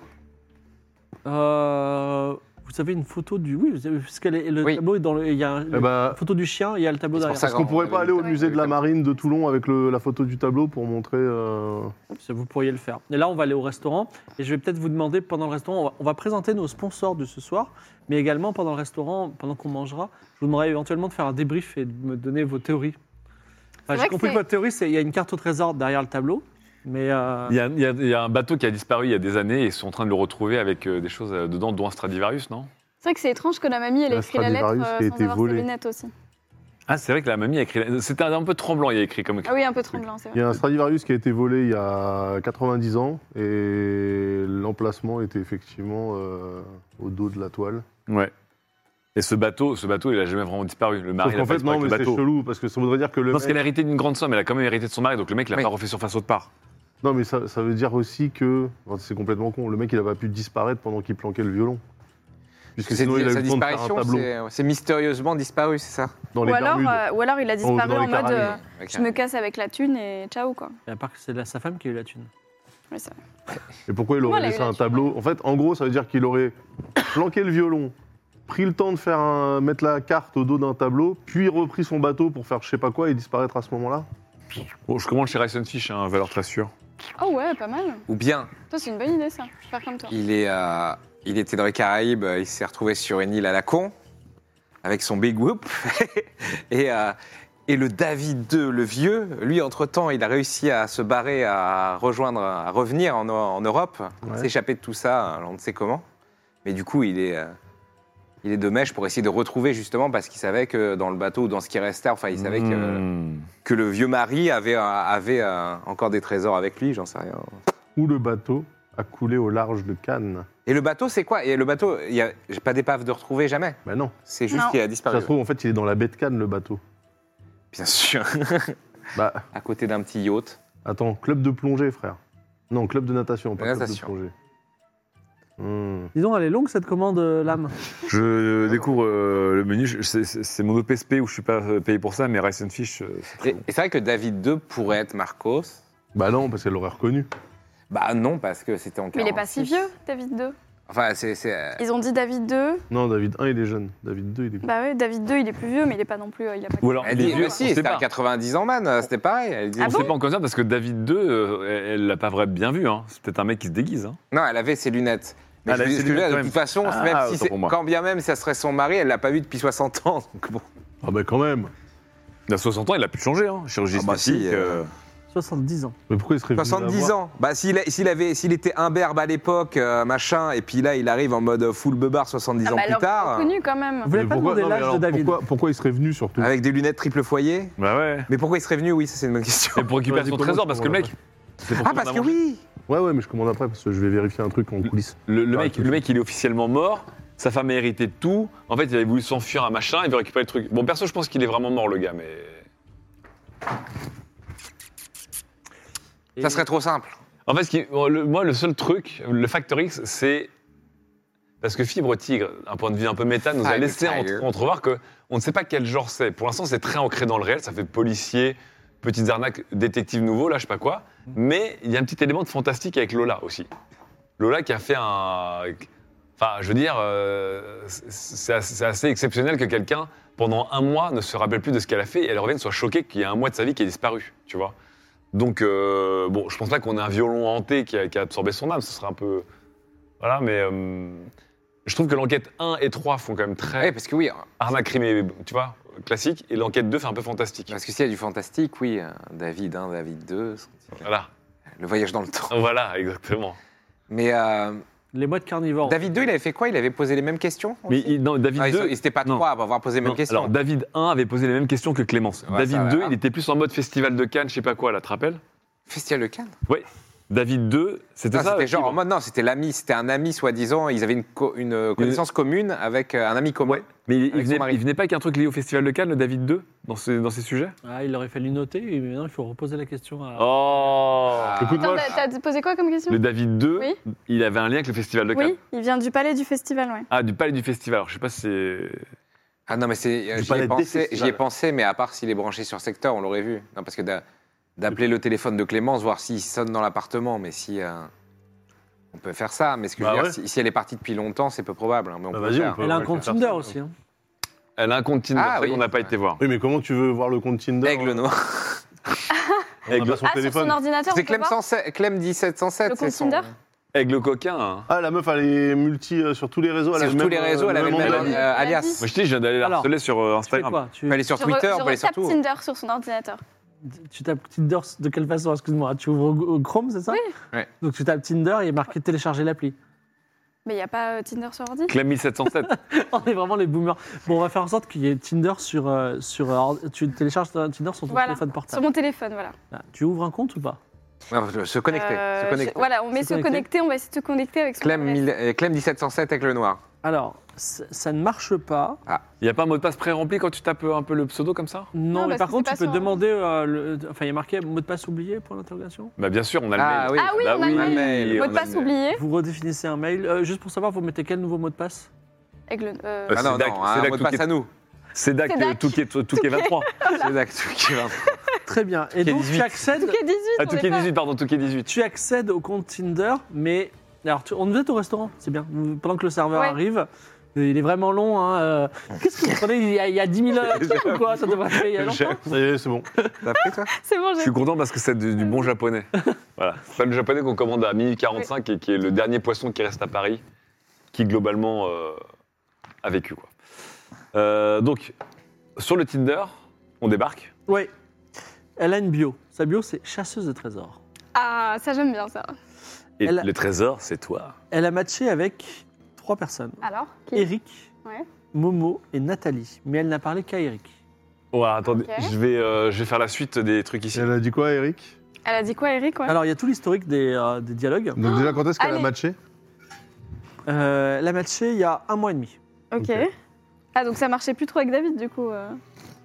Euh, vous avez une photo du. Oui, vous avez... parce que les- le Oui. tableau est dans le. Il y a un- Eh ben, la photo du chien, il y a le tableau C'est pour derrière. ça est-ce qu'on pourrait pas aller au Ouais. musée de la marine de Toulon avec le- la photo du tableau pour montrer euh, Ça, Vous pourriez le faire. Et là, on va aller au restaurant. Et je vais peut-être vous demander, pendant le restaurant, on va, on va présenter nos sponsors de ce soir, mais également pendant le restaurant, pendant qu'on mangera, je vous demanderai éventuellement de faire un débrief et de me donner vos théories. Enfin, C'est vrai J'ai que compris que c'est- votre théorie, c'est il y a une carte au trésor derrière le tableau, mais euh, Il y, a, il y a- il y a un bateau qui a disparu il y a des années et ils sont en train de le retrouver avec euh, des choses euh, dedans, dont un Stradivarius, non C'est vrai que c'est étrange que la mamie elle ait La écrit la lettre Stradivarius euh, qui a sans été avoir ses volée. lunettes aussi. Ah, c'est vrai que la mamie a écrit. la- C'était un peu tremblant, il y a écrit comme. Ah oui, un peu tremblant, c'est Il vrai. y a un Stradivarius qui a été volé il y a 90 ans et l'emplacement était effectivement euh, au dos de la toile. Ouais. Et ce bateau, ce bateau, il a jamais vraiment disparu. Le mari, Sauf il a qu'en pas fait, disparu non, mais avec le c'est bateau. chelou parce que ça voudrait dire que le. Parce mec- qu'elle a hérité d'une grande somme, elle a quand même hérité de son mari, donc le mec l'a Oui. pas refait surface autre part. Non, mais ça, ça veut dire aussi que. enfin, c'est complètement con. Le mec, il a pas pu disparaître pendant qu'il planquait le violon. Parce Puisque que sinon, c'est- il a eu sa le temps de faire un disparition, tableau c'est c'est mystérieusement disparu, c'est ça dans les Ou alors, Bermudes. euh, ou alors il a Dans- disparu dans les en mode Caraïbes. euh, je me casse avec la thune et ciao quoi. Et à part que c'est la- sa femme qui a eu la thune. Ouais, ça- Et pourquoi il aurait Voilà, laissé il a un tué. tableau En fait, en gros, ça veut dire qu'il aurait planqué le violon, pris le temps de faire un- mettre la carte au dos d'un tableau, puis repris son bateau pour faire je sais pas quoi et disparaître à ce moment-là. Bon, je commande chez Ryson Fish, hein, valeur très sûre. Oh ouais, pas mal. Ou bien Toi, c'est une bonne idée ça. Je vais faire comme toi. il, est, euh, il était dans les Caraïbes, euh, il s'est retrouvé sur une île à la con, avec son Big Whoop. et, euh, et le David II, le vieux, lui, entre-temps, il a réussi à se barrer, à rejoindre, à revenir en, en Europe, Ouais. s'échapper de tout ça, euh, on ne sait comment. Mais du coup, il est, euh, il est de mèche pour essayer de retrouver, justement, parce qu'il savait que dans le bateau ou dans ce qui restait, enfin, Ah, il savait que. Hmm. que le vieux mari avait, euh, avait euh, encore des trésors avec lui, j'en sais rien. Où le bateau a coulé au large de Cannes. Et le bateau, c'est quoi Et le bateau, il n'y a j'ai pas d'épave de retrouver jamais. Ben non. C'est juste Non. qu'il a Ça disparu. se trouve, en fait, il est dans la baie de Cannes, le bateau. Bien sûr. Bah, à côté d'un petit yacht. attends, club de plongée, frère. Non, club de natation, pas De natation. club de plongée. Hmm. Dis donc, elle est longue cette commande, euh, l'âme. Je découvre euh, le menu. Je- c'est- C'est c'est mon OPSP où je suis pas euh, payé pour ça, mais Rice and Fish, euh, c'est très Et, bon. et c'est vrai que David II pourrait être Marcos. Bah non, parce qu'elle l'aurait reconnu. Bah non, parce que c'était en Mais il est pas si 46. vieux, David 2. Enfin, c'est. c'est, euh, Ils ont dit David 2. Non, David 1, il est jeune. David 2, il est... Bah ouais, David 2, il est plus vieux, mais il est pas non plus. euh, Il a pas. Ou alors, Elle il est dit, vieux, mais on si, sait c'était pas. à 90 ans, man, euh, c'était pareil. Elle disait- Ah on bon sait pas encore ça parce que David 2, elle l'a pas vraiment bien vu. Hein. C'est peut-être un mec qui se déguise. Hein. Non, elle avait ses lunettes. Mais Ah, je elle veux avait dire, ce ses que je veux dire, lunettes, de quand toute façon, Ah, même si autant c'est- pour moi. quand bien même ça serait son mari, elle l'a pas vu depuis 60 ans. Donc bon. Ah bah quand même Il a 60 ans, il a pu changer. Hein. Chirurgie Ah bah si, esthétique, euh, euh, 70 ans. Mais pourquoi il serait venu 70 la voir ans. Bah s'il a- s'il avait s'il était imberbe à l'époque euh, machin et puis là il arrive en mode full beubard 70 ans bah, plus tard reconnu quand même. Vous voulez Mais pas pourquoi- demander non, mais l'âge de alors, David pourquoi, pourquoi il serait venu, surtout avec des lunettes triple foyer. Bah ouais. Mais pourquoi il serait venu Oui, ça c'est une bonne Et question. pour récupérer Vas-y, son commence, trésor, parce que le commence mec. c'est pour Ah tout parce qu'on a que mangé. oui. Ouais, ouais, mais je commande après, parce que je vais vérifier un truc en coulisses. Bah, Le, le Ah, mec, tout le ça. mec, il est officiellement mort. Sa femme a hérité de tout. En fait, il avait voulu s'enfuir à machin, il veut récupérer le truc. Bon, perso, je pense qu'il est vraiment mort, le gars, mais. Ça serait trop simple. En fait, ce qui- bon, le- moi, le seul truc, le Factor X, c'est. Parce que Fibre Tigre, un point de vue un peu méta, nous a Fibre laissé entre- Tiger. entrevoir que on ne sait pas quel genre c'est. Pour l'instant, c'est très ancré dans le réel, ça fait policier, petites arnaques, détective nouveau, là, je sais pas quoi. Mm. Mais il y a un petit élément de fantastique avec Lola aussi. Lola qui a fait un. Enfin, je veux dire, euh, c'est- c'est assez, c'est assez exceptionnel que quelqu'un, pendant un mois, ne se rappelle plus de ce qu'elle a fait et elle revienne soit choquée qu'il y a un mois de sa vie qui est disparu, tu vois. Donc, euh, bon, je pense pas qu'on ait un violon hanté qui a, qui a absorbé son âme, ce serait un peu. Voilà, mais. euh, je trouve que l'enquête 1 et 3 font quand même Ouais, très parce que oui, arnaque crimée, tu vois, classique, et l'enquête 2 fait un peu fantastique. parce que s'il y a du fantastique, oui, euh, David 1, David 2, Voilà, le voyage dans le temps. voilà, exactement. Mais euh, Les mois de carnivore. David 2, il avait fait quoi Il avait posé les mêmes questions Mais aussi il- non, David Ah, ils 2. sont- ils étaient pas non. trois à avoir posé les mêmes Non, questions. Alors, David 1 avait posé les mêmes questions que Clémence. Ouais, ça, David 2, ouais. il était plus en mode festival de Cannes, je sais pas quoi, là, tu te rappelles Festival de Cannes. David 2, c'était Non, ça Ah, euh, C'était genre Fibre en mode non, c'était l'ami, c'était un ami soi-disant. Ils avaient une, co- une connaissance commune avec euh, un ami commun. Ouais. Mais il, il Avec son venait, mari. il venait pas qu'un truc lié au Festival de Cannes, le David 2, dans ces, dans ces sujets Ah, il aurait fallu noter, mais maintenant il faut reposer la question à. Oh Ah. Attends, Écoute-moi, t'as- t'as posé quoi comme question Le David 2, Oui. il avait un lien avec le Festival de Cannes. Oui, il vient du palais du festival, ouais. Ah, du palais du festival. Alors, je sais pas si c'est. Ah non, mais c'est, euh, Du j'y palais ai, des pensé, festivals. j'y ai pensé, mais à part s'il est branché sur secteur, on l'aurait vu. Non, parce que d'a- d'appeler le téléphone de Clémence, voir s'il sonne dans l'appartement, mais si. euh, on peut faire ça, mais ce que Bah je veux ouais. dire, si, si elle est partie depuis longtemps, c'est peu probable. hein, mais on Bah peut vas-y, le faire. on peut. Elle a un Ouais, compte je vais Tinder faire ça. aussi. hein. Elle a un compte Tinder, Ah, c'est vrai oui. qu'on n'a pas été voir. Oui, mais comment tu veux voir le compte Tinder Aigle noir. On a Aigle. pas son ah, sur téléphone. son ordinateur, C'est on peut Clem, voir 107 Clem 1707. Le c'est compte son- Tinder Aigle coquin. hein. Ah, la meuf, elle est multi euh, sur tous les réseaux. Elle a Sur le tous même, les réseaux, euh, elle le avait le nom même de la nom. vie. euh, alias. Moi, je dis, je viens d'aller la Alors, harceler sur euh, Tu fais Instagram. quoi On tu, peut aller sur Je, Twitter, re- on je peut aller sur retape tout. Tinder sur son ordinateur. tu tapes Tinder de quelle façon Excuse-moi, tu ouvres au- au Chrome, c'est ça Oui. Ouais. Donc tu tapes Tinder et il est marqué télécharger l'appli. Mais il n'y a pas euh, Tinder sur ordi Clem 1707. On est vraiment les boomers. Bon, on va faire en sorte qu'il y ait Tinder sur. euh, sur euh, ordi- tu télécharges ton Tinder sur ton Voilà. téléphone Sur portable. mon téléphone, voilà. Là, tu ouvres un compte ou pas Non, Se connecter. Euh, Se je- connecter. Voilà, on met Se se connecter. connecter, on va essayer de se connecter avec son Clem, adresse. mille- euh, Clem 1707 avec le noir. Alors, Ça ça ne marche pas. Il n'y a pas un mot de passe pré-rempli quand tu tapes euh, un peu le pseudo comme ça Non, Non, mais parce par que contre, c'est tu peux pas sur- demander. euh, le- Enfin, il y a marqué mot de passe oublié pour l'interrogation. Bah bien sûr, on a le mail. Ah oui, Bah on a oui, le mail. mail, Mot on de a le passe mail. oublié. Vous redéfinissez un mail. Euh, juste pour savoir, vous mettez quel nouveau mot de passe Avec le, euh, Euh, Ah non, Sédac- non, un Sédac mot de tout passe qui- à nous. C'est Dac, Sédac. euh, Touquet Touquet 23. C'est d'actu qui va. Très bien. Et donc, tu 18. accèdes, Touquet 18, Ah, on est Touquet pas- 18, pardon, Touquet 18. tu accèdes au compte Tinder, mais. Alors, tu- on vous êtes au restaurant, c'est bien. Vous- Pendant que le serveur Ouais. arrive, euh, il est vraiment long. hein, euh, Qu'est-ce que vous prenez il y, a, il y a 10 000 heures ou quoi Ça devrait faire il y a longtemps. Ça y est, c'est bon. T'as pris, toi C'est bon, Je j'ai suis content parce que c'est du, du bon japonais. Voilà. C'est pas le japonais qu'on commande à minuit 45 et qui est le dernier poisson qui reste à Paris, qui globalement euh, a vécu. Quoi. Euh, donc, sur le Tinder, on débarque. Oui. Elle a une bio. Sa bio, c'est chasseuse de trésors. Ah, ça j'aime bien ça. Et Elle- le trésor, c'est toi. Elle a matché avec trois personnes Alors qui- Eric, Ouais. Momo et Nathalie. Mais elle n'a parlé qu'à Eric. Ouais, attendez, Ok. je, vais, euh, je vais faire la suite des trucs ici. Elle a dit quoi, Eric Elle a dit quoi, Eric Ah, ouais Alors, il y a tout l'historique des, euh, des dialogues. Donc déjà, quand est-ce qu'elle a Allez. matché Euh, elle a matché il y a un mois et demi. ok. Ah, donc ça marchait plus trop avec David du coup. euh.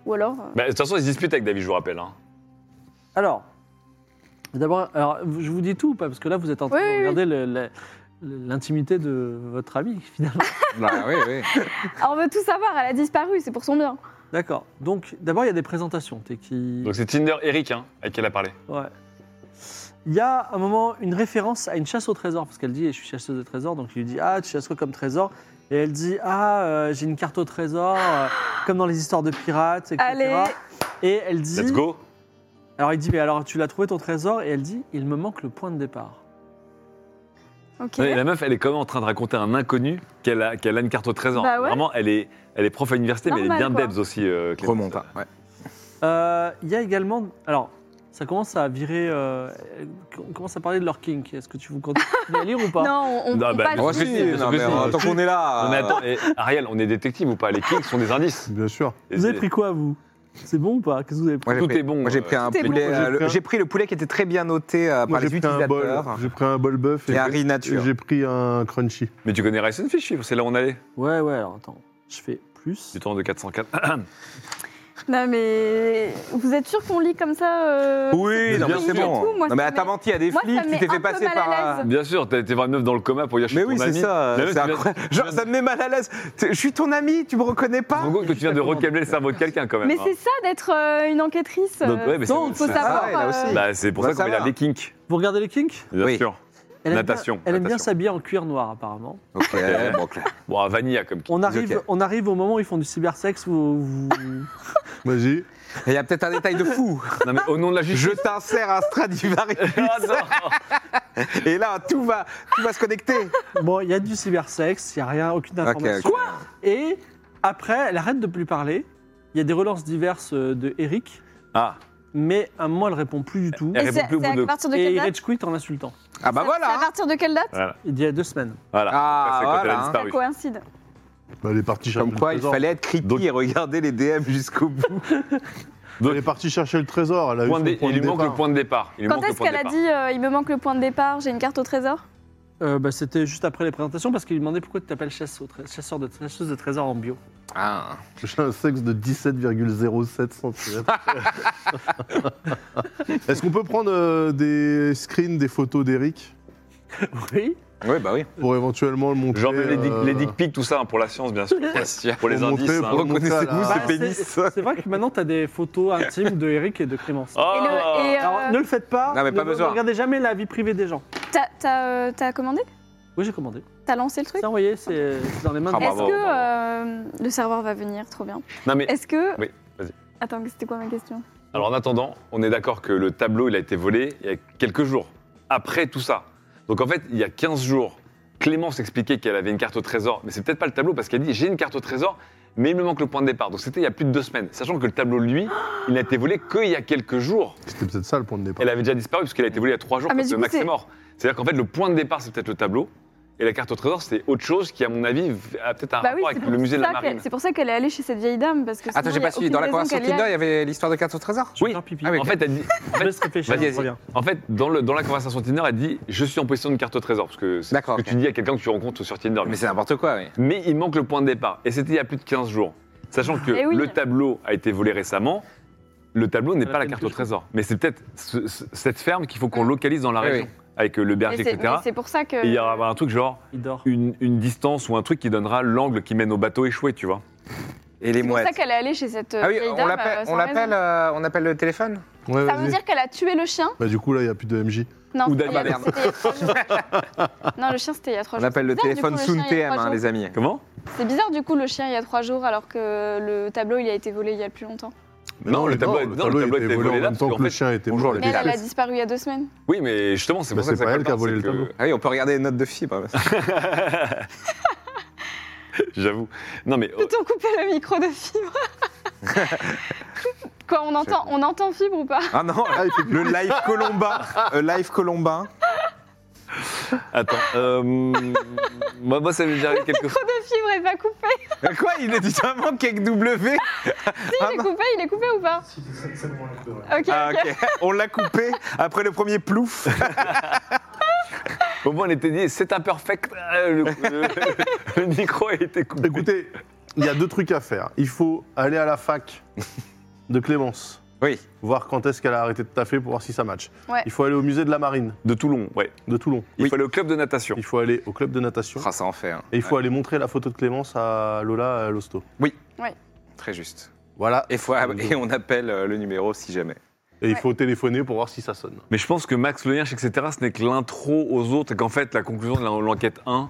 Ou alors. euh, Bah, de toute façon, ils se disputent avec David, je vous rappelle. hein. Alors, d'abord, alors, je vous dis tout ou pas Parce que là, vous êtes en train Oui, de oui, regarder le- le- l'intimité de votre ami, finalement. Bah oui, oui. Ah, on veut tout savoir, elle a disparu, c'est pour son bien. D'accord. Donc, d'abord, il y a des présentations. T'es qui Donc, c'est Tinder Eric hein, avec qui elle a parlé. Ouais. Il y a un moment une référence à une chasse au trésor, parce qu'elle dit Je suis chasseuse de trésor, donc il lui dit Ah, tu chasses quoi comme trésor Et elle dit Ah, euh, j'ai une carte au trésor, euh, comme dans les histoires de pirates, etc. Allez. Et elle dit Let's go. Alors il dit Mais alors tu l'as trouvé ton trésor Et elle dit Il me manque le point de départ. Ok. Non, mais La meuf, elle est quand même en train de raconter à un inconnu qu'elle a, qu'elle a une carte au trésor. Bah ouais. Vraiment, elle est, elle est prof à l'université, mais elle est Normal, bien quoi. debs aussi. euh, Clémence. Remonte, hein, ouais. Euh, Il y a également. Alors, ça commence à virer. euh, on commence à parler de leur kink. Est-ce que tu vous continues à lire ou pas Non, on, on, Non, on bah, passe. On va se si, dire, bien non, sûr que mais si. euh, tant qu'on est là. Non, mais euh, attends, et Ariel, on est détective ou pas Les kicks sont des indices. Bien sûr. Et Vous avez c'est- pris quoi, vous C'est bon ou pas Qu'est-ce que vous avez pris Moi, j'ai Tout pris- est bon, Moi, j'ai euh, pris un tout est bon. poulet. Moi, j'ai euh, pris un- le- J'ai pris le poulet qui était très bien noté euh, Moi, par les j'ai pris un bol. utilisateurs. J'ai pris un bol bœuf Et un j'ai- riz nature. et j'ai pris un crunchy. Mais tu connais Ryzen Fish, c'est là où on allait. Ouais, ouais, alors attends. Je fais plus. Du temps de 404. Non, mais. Vous êtes sûr qu'on lit comme ça euh, Oui, cette non, mais ligne c'est et tout bon. Moi, Non, ça mais me t'as met- menti à des Moi, ça flics, me tu met t'es fait un peu passer mal à par. un- l'aise. Bien sûr, t'as été voir une meuf dans le coma pour y acheter Mais ton oui, c'est ami. ça. euh, La C'est meuf, tu viens- incroyable. Genre, ça me met mal à l'aise. Tu- Je suis ton ami, tu me reconnais pas. En gros, que tu viens de recabler le cerveau de quelqu'un quand même. Mais hein. c'est ça d'être euh, une enquêtrice. Donc, euh, ouais, mais c'est- donc, faut c'est- savoir. euh, ouais, là aussi. Bah, c'est pour Bah, ça qu'on ça met là va. les kinks. Vous regardez les kinks Bien Oui. sûr. Elle aime Natation, bien- elle aime bien natation. s'habiller en cuir noir, apparemment. Ok, bon, clair. Bon, à Vanilla comme kink. On arrive, ok. on arrive au moment où ils font du cybersex. Où vous... Vas-y. Et Il y a peut-être un détail de fou. Non, mais au nom de la justice. Je t'insère un Stradivari. Ah, non. Et là, tout va, tout va se connecter. bon, il y a du cybersex, il n'y a rien, aucune information. Quoi Et après, elle arrête de plus parler. Il y a des relances diverses euh, de Eric, Ah, mais à un moment, elle répond plus du tout. Elle Et répond c'est plus au c'est bout de- à partir de Et quelle il date rage quit en insultant. Ah bah C'est à voilà. partir de quelle date Il y a deux semaines. voilà. Ah, Ça, c'est quand elle a voilà. Ça disparu. coïncide. Bah, elle est partie chercher Comme le quoi, il trésor. fallait être creepy Donc- et regarder les DM jusqu'au bout. Elle est partie chercher le trésor. Elle a eu Point son de- point il lui de manque départ. le point de départ. Il lui Quand manque le est-ce point de qu'elle a départ. dit euh, il me manque le point de départ, j'ai une carte au trésor Euh, bah, C'était juste après les présentations parce qu'il lui demandait pourquoi tu t'appelles chasse au tré- chasseur de, chasseuse de trésors en bio. Ah. J'ai un sexe de 17,07 cm. Est-ce qu'on peut prendre euh, des screens, des photos d'Eric Oui. Oui, bah oui. pour éventuellement le montrer Genre même les, dick- euh, les dick pics, tout ça, hein, pour la science, bien sûr. pour les Pour indices. montrer- hein. pour- Reconnaissez-vous Bah, ce c'est- pénis. C'est vrai que maintenant, tu as des photos intimes de Eric et de Clémence. Oh Et le- et, euh, Ah. Alors, ne le faites pas. Non, mais pas ne, ne besoin. regardez jamais la vie privée des gens. T'as- T'as euh, t'as commandé Oui, j'ai commandé. T'as lancé le truc Ça, vous voyez, c'est c'est dans les mains Ah, de Est-ce bravo, que euh, le serveur va venir Trop bien. Non mais Est-ce que. Oui, vas-y. Attends, c'était quoi ma question alors en attendant, on est d'accord que le tableau il a été volé il y a quelques jours après tout ça. Donc en fait, il y a 15 jours, Clémence expliquait qu'elle avait une carte au trésor, mais c'est peut-être pas le tableau parce qu'elle dit j'ai une carte au trésor, mais il me manque le point de départ. Donc c'était il y a plus de deux semaines, sachant que le tableau lui, il n'a été volé qu'il y a quelques jours. C'était peut-être ça le point de départ. Elle avait déjà disparu puisqu'elle a été volée il y a trois jours Ah, mais quand du euh, coup, Max est c'est- mort. C'est-à-dire qu'en fait, le point de départ, c'est peut-être le tableau. Et la carte au trésor, c'est autre chose qui, à mon avis, a peut-être un Bah oui, rapport c'est avec pour le musée de ça la qu'elle- marine. C'est pour ça qu'elle est allée chez cette vieille dame. Parce que Attends, sinon, j'ai il y a pas suivi. aucune Dans la raison conversation qu'elle y Tinder, aille. il y avait l'histoire de carte au trésor Je vais faire pipi. Ah oui. En fait, elle dit, Je laisse réfléchir, Vas-y, je vas-y. reviens. En fait, dans, le, dans la conversation Tinder, elle dit Je suis en position de carte au trésor. Parce que c'est ce que D'accord, ok. tu dis à quelqu'un que tu rencontres sur Tinder. Mais c'est n'importe quoi, oui. Mais il manque le point de départ. Et c'était il y a plus de 15 jours. Sachant que Eh oui. le tableau a été volé récemment, le tableau n'est Ça pas la m'étonne carte plus, au je trésor. Mais c'est peut-être ce- ce- cette ferme qu'il faut qu'on localise dans la Oui, région, oui. avec euh, le Ah. Mais berger, c'est- etc. mais C'est pour ça que. Et il y aura un truc genre Il dort. une, une distance ou un truc qui donnera l'angle qui mène au bateau échoué, tu vois. Et les C'est pour ça mouettes. qu'elle est allée chez cette euh, Ah oui, vieille on dame. l'appelle, euh, sans on l'appelle, raison. euh, on appelle le téléphone. Ouais, Ça veut vas-y. dire qu'elle a tué le chien Bah, du coup, là, il n'y a plus de MJ. Non, Ou il y a- d'Alma, merde. c'était il y a trois jours. Non, le chien, c'était il y a trois On jours. appelle le bizarre, téléphone du coup, le Soon chien, il y a TM, trois hein, jours. les amis. Comment C'est bizarre, du coup, le chien, il y a trois jours, alors que le tableau, il a été volé il y a plus longtemps. Mais Non, le mais tableau- non, le tableau était était volé volé en là, même parce temps qu'en que le fait, chien était bonjour, volé. les Mais elle, elle a Alice. disparu il y a deux semaines. Oui, mais justement, c'est Bah, pour ça que c'est ça pas elle qui a colle volé le c'est que- tableau. Ah oui, on peut regarder les notes de fibre. J'avoue. Non, mais. oh, Peut-on couper le micro de fibre Quoi, on entend, on entend fibre ou pas Ah non, le live Colomba, euh, live Colombin. Attends, euh, moi, moi, ça m'est déjà arrivé quelque Le micro de fibre est pas coupé. Euh, Quoi, il a dit vraiment Cake W Si, Ah il est non. coupé, il est coupé ou pas Ok, Ah, ok. ok. On l'a coupé après le premier plouf. Au moins, elle était dit, c'est imperfect. euh, Le, le- le micro a été coupé. Écoutez, il y a deux trucs à faire. Il faut aller à la fac de Clémence, Oui, voir quand est-ce qu'elle a arrêté de taffer pour voir si ça match. Ouais. Il faut aller au musée de la marine De Toulon, ouais. de Toulon. Il faut aller au club de natation. Il faut aller au club de natation. ça en fait. hein. Et il faut aller montrer la photo de Clémence à Lola à l'hosto. Très juste. Voilà. Et, faut- et on appelle euh, le numéro si jamais. Et il faut téléphoner pour voir si ça sonne. Mais je pense que Max Le Hirsch, etc., ce n'est que l'intro aux autres et qu'en fait, la conclusion de l'en- l'enquête 1,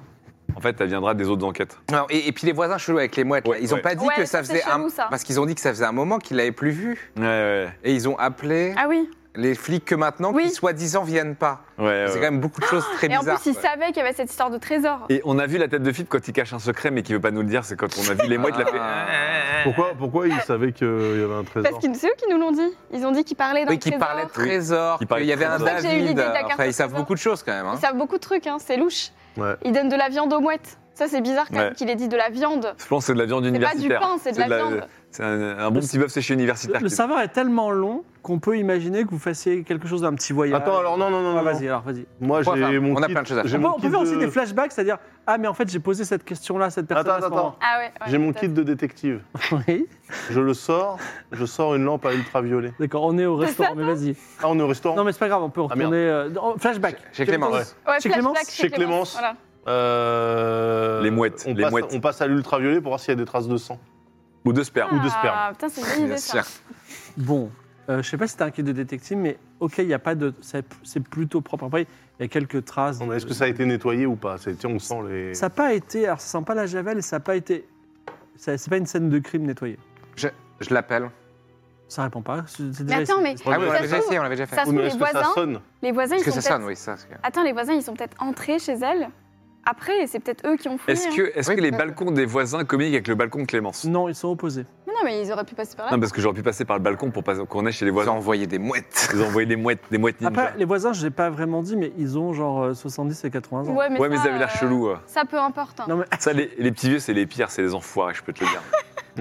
en fait, elle viendra des autres enquêtes. Non, et, et puis les voisins chelous avec les mouettes, là, Ouais, ils ont ouais. pas dit Ouais, que ça c'est faisait chelou, un... ça. Parce qu'ils ont dit que ça faisait un moment qu'ils l'avaient plus vu. Ouais, ouais, Et ils ont appelé Ah oui. les flics que maintenant, Oui. qui soi-disant viennent pas. ouais. ouais, C'est ouais. quand même beaucoup de choses très Et en bizarres. plus, il quoi. savait qu'il y avait cette histoire de trésor. Et on a vu la tête de Philippe quand il cache un secret mais qu'il veut pas nous le dire, c'est quand on a vu les mois, il l'a Ah. fait. Pourquoi, pourquoi il savait qu'il y avait un Parce trésor qu'ils c'est eux qui nous l'ont dit. Ils ont dit qu'ils parlaient d'un Oui, qui trésor. parlait de trésor, Qui qu'il parlait y avait de un C'est trésor. pour ça que j'ai eu l'idée David. de la carte Enfin, ils au savent trésor. beaucoup de choses quand même. hein. Ils savent beaucoup de trucs, hein, c'est louche. Ouais. Ils donnent de la viande aux mouettes. Ça, c'est bizarre quand même Ouais. qu'il ait dit de la viande. Je pense que c'est de la viande C'est pas du universitaire. pain, c'est de la viande. C'est un, un bon petit bœuf séché universitaire. Le qui- savoir est tellement long qu'on peut imaginer que vous fassiez quelque chose d'un petit voyage. Attends, alors non, non, non, Ah, non. vas-y, alors vas-y. Moi, Enfin, j'ai mon on a kit- plein de choses à faire. j'ai On peut, mon on peut kit faire aussi de- des flashbacks, c'est-à-dire ah mais en fait j'ai posé cette question-là, cette personne. Attends, attends, Ah ouais. ouais, J'ai mon kit peut-être. de détective. attends. Oui. Je le sors, je sors une lampe à ultraviolet. D'accord, on est au restaurant, mais vas-y. Ah, on est au restaurant Non mais c'est pas grave, on peut Ah, merde. retourner. euh, dans- flashback. Chez Clémence. Ouais. Ouais, Chez flashback Clémence Chez Clémence. voilà. Euh, Les mouettes, On les passe, mouettes. On passe à l'ultraviolet pour voir s'il y a des traces de sang. Ou de sperme. de sperme. Ah, putain, c'est une bonne Bien idée ça. sûr. Bon, euh, je sais pas si t'as un kit de détective, mais ok, il y a pas de, c'est c'est plutôt propre. Après, il y a quelques traces. On de- a- Est-ce que ça a été nettoyé ou pas C'est- Tiens, on sent les. Ça n'a pas été, alors ça sent pas la javel et ça n'a pas été. ça- C'est pas une scène de crime nettoyée. Je l'appelle. Ça répond pas. c'est- c'est Mais déjà attends, essayé. mais Ah oui, on ça l'avait se déjà trouve- essayé, on l'avait déjà fait. ça se Oui, trouve, mais les est-ce que ça voisins, sonne les voisins, ils Parce que sont ça peut-être. sonne, oui, ça. c'est- Attends, les voisins, ils sont peut-être entrés chez elle. Après, et c'est peut-être eux qui ont fouillé. Est-ce hein. que, est-ce Oui, que les peut-être. balcons des voisins communiquent avec le balcon de Clémence Non, ils sont opposés. Mais non, mais ils auraient pu passer par là. Non, parce que j'aurais pu passer par le balcon pour pas- qu'on aille chez les Ils ont voisins. envoyé des mouettes. Ils ont envoyé des mouettes, des mouettes ninja. Après, les voisins, je n'ai pas vraiment dit, mais ils ont genre euh, 70 et 80 ans. Ouais, mais, ouais, mais ça, ils avaient l'air euh, chelous. euh. Ça peu importe. hein. Non, mais Ça, les, les petits vieux, c'est les pires, c'est les enfoirés, je peux te le dire.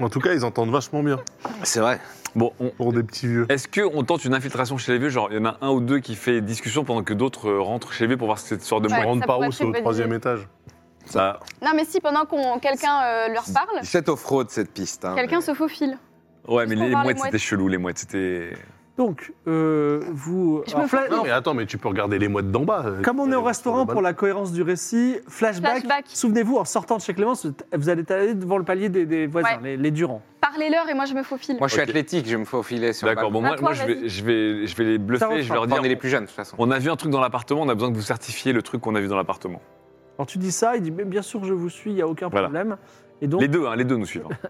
En tout cas, ils entendent vachement bien C'est vrai. Bon, on- pour des petits vieux. est-ce qu'on tente une infiltration chez les vieux Genre, il y en a un ou deux qui fait discussion pendant que d'autres euh, rentrent chez eux pour voir cette sorte de Ouais. On mouette. rentre ça par pourrait où être C'est une au bonne troisième idée. étage. Ça, Non, mais si, pendant qu'on quelqu'un euh, leur parle, C'est off-road cette piste. hein. quelqu'un se faufile. ouais, Juste mais les, pour voir les mouettes, c'était mouettes. chelou, les mouettes, c'était. donc, euh, vous. Je alors, me fla- fous. Non, mais attends, mais tu peux regarder les mouettes d'en bas. euh, Comme on qui est au arrivent sur restaurant le pour la cohérence du récit, flashback. Flashback. Souvenez-vous, en sortant de chez Clémence, vous allez aller devant le palier des, des voisins, Ouais. les, les Durand. Parlez-leur et moi, je me faufile. Moi, je suis Ok. athlétique, je me faufiler sur le D'accord, bon, balcon. À moi, toi, moi, je, vas-y. vais, je, vais, je vais les Ça va, bluffer, je vais leur Enfin, dire. on est les plus jeunes, de toute façon. On a vu un truc dans l'appartement, on a besoin que vous certifiez le truc qu'on a vu dans l'appartement. Alors tu dis ça, il dit mais bien sûr je vous suis, il n'y a aucun Voilà. problème. Et donc, Les deux, hein, les deux nous suivent. hein.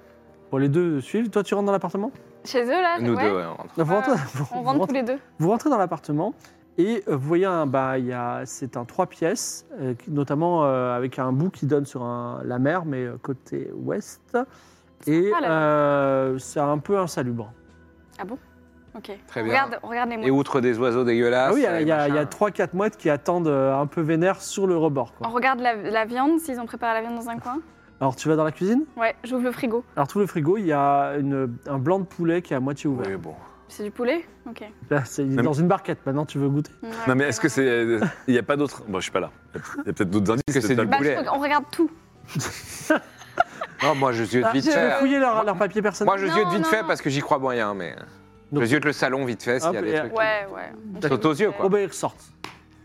bon, les deux suivent. Toi tu rentres dans l'appartement Chez eux, là, Nous Ah, ouais, deux, ouais, on rentre. Non, vous, Ouais, rentrez, vous- Euh, on vous rentre tous rentrez- les deux. vous rentrez dans l'appartement et euh, vous voyez un bah il y a c'est un trois pièces, euh, qui- notamment euh, avec un bout qui donne sur un- la mer mais euh, côté ouest. Et pas, Ah, la mer. euh, c'est un peu insalubre. Ah bon Ok. Très bien. Regarde, regardez-moi. Et outre des oiseaux dégueulasses. Ah oui, il y euh, a, il y a- il y a machin. 3-4 mouettes qui attendent euh, un peu vénère sur le rebord. quoi. On regarde la, la viande, s'ils ont préparé la viande dans un coin. Alors tu vas dans la cuisine Ouais, j'ouvre le frigo. Alors tout le frigo, il y a une- un blanc de poulet qui est à moitié ouvert. Oui, bon. C'est du poulet Ok. Là, c'est il est Non, mais- dans une barquette. Maintenant, tu veux goûter Ouais, Non, mais est-ce que c'est... c'est. euh, Il n'y a pas d'autres. Bon, je suis pas là. Il y a peut-être d'autres indices. que c'est peut-être du pas- Bah, je poulet. trouve- on regarde tout. Non, moi, je suis Ah, vite Tu veux fait. fouiller leur, leur papier personnel Moi, je suis Non, vite non, fait non. parce que j'y crois moyen, mais. euh, Donc- Je yeux le salon vite fait s'il y a Hop, des et- trucs. Ouais, ouais. On Saute trouve aux yeux, que- quoi. Oh, bah, ils ressortent.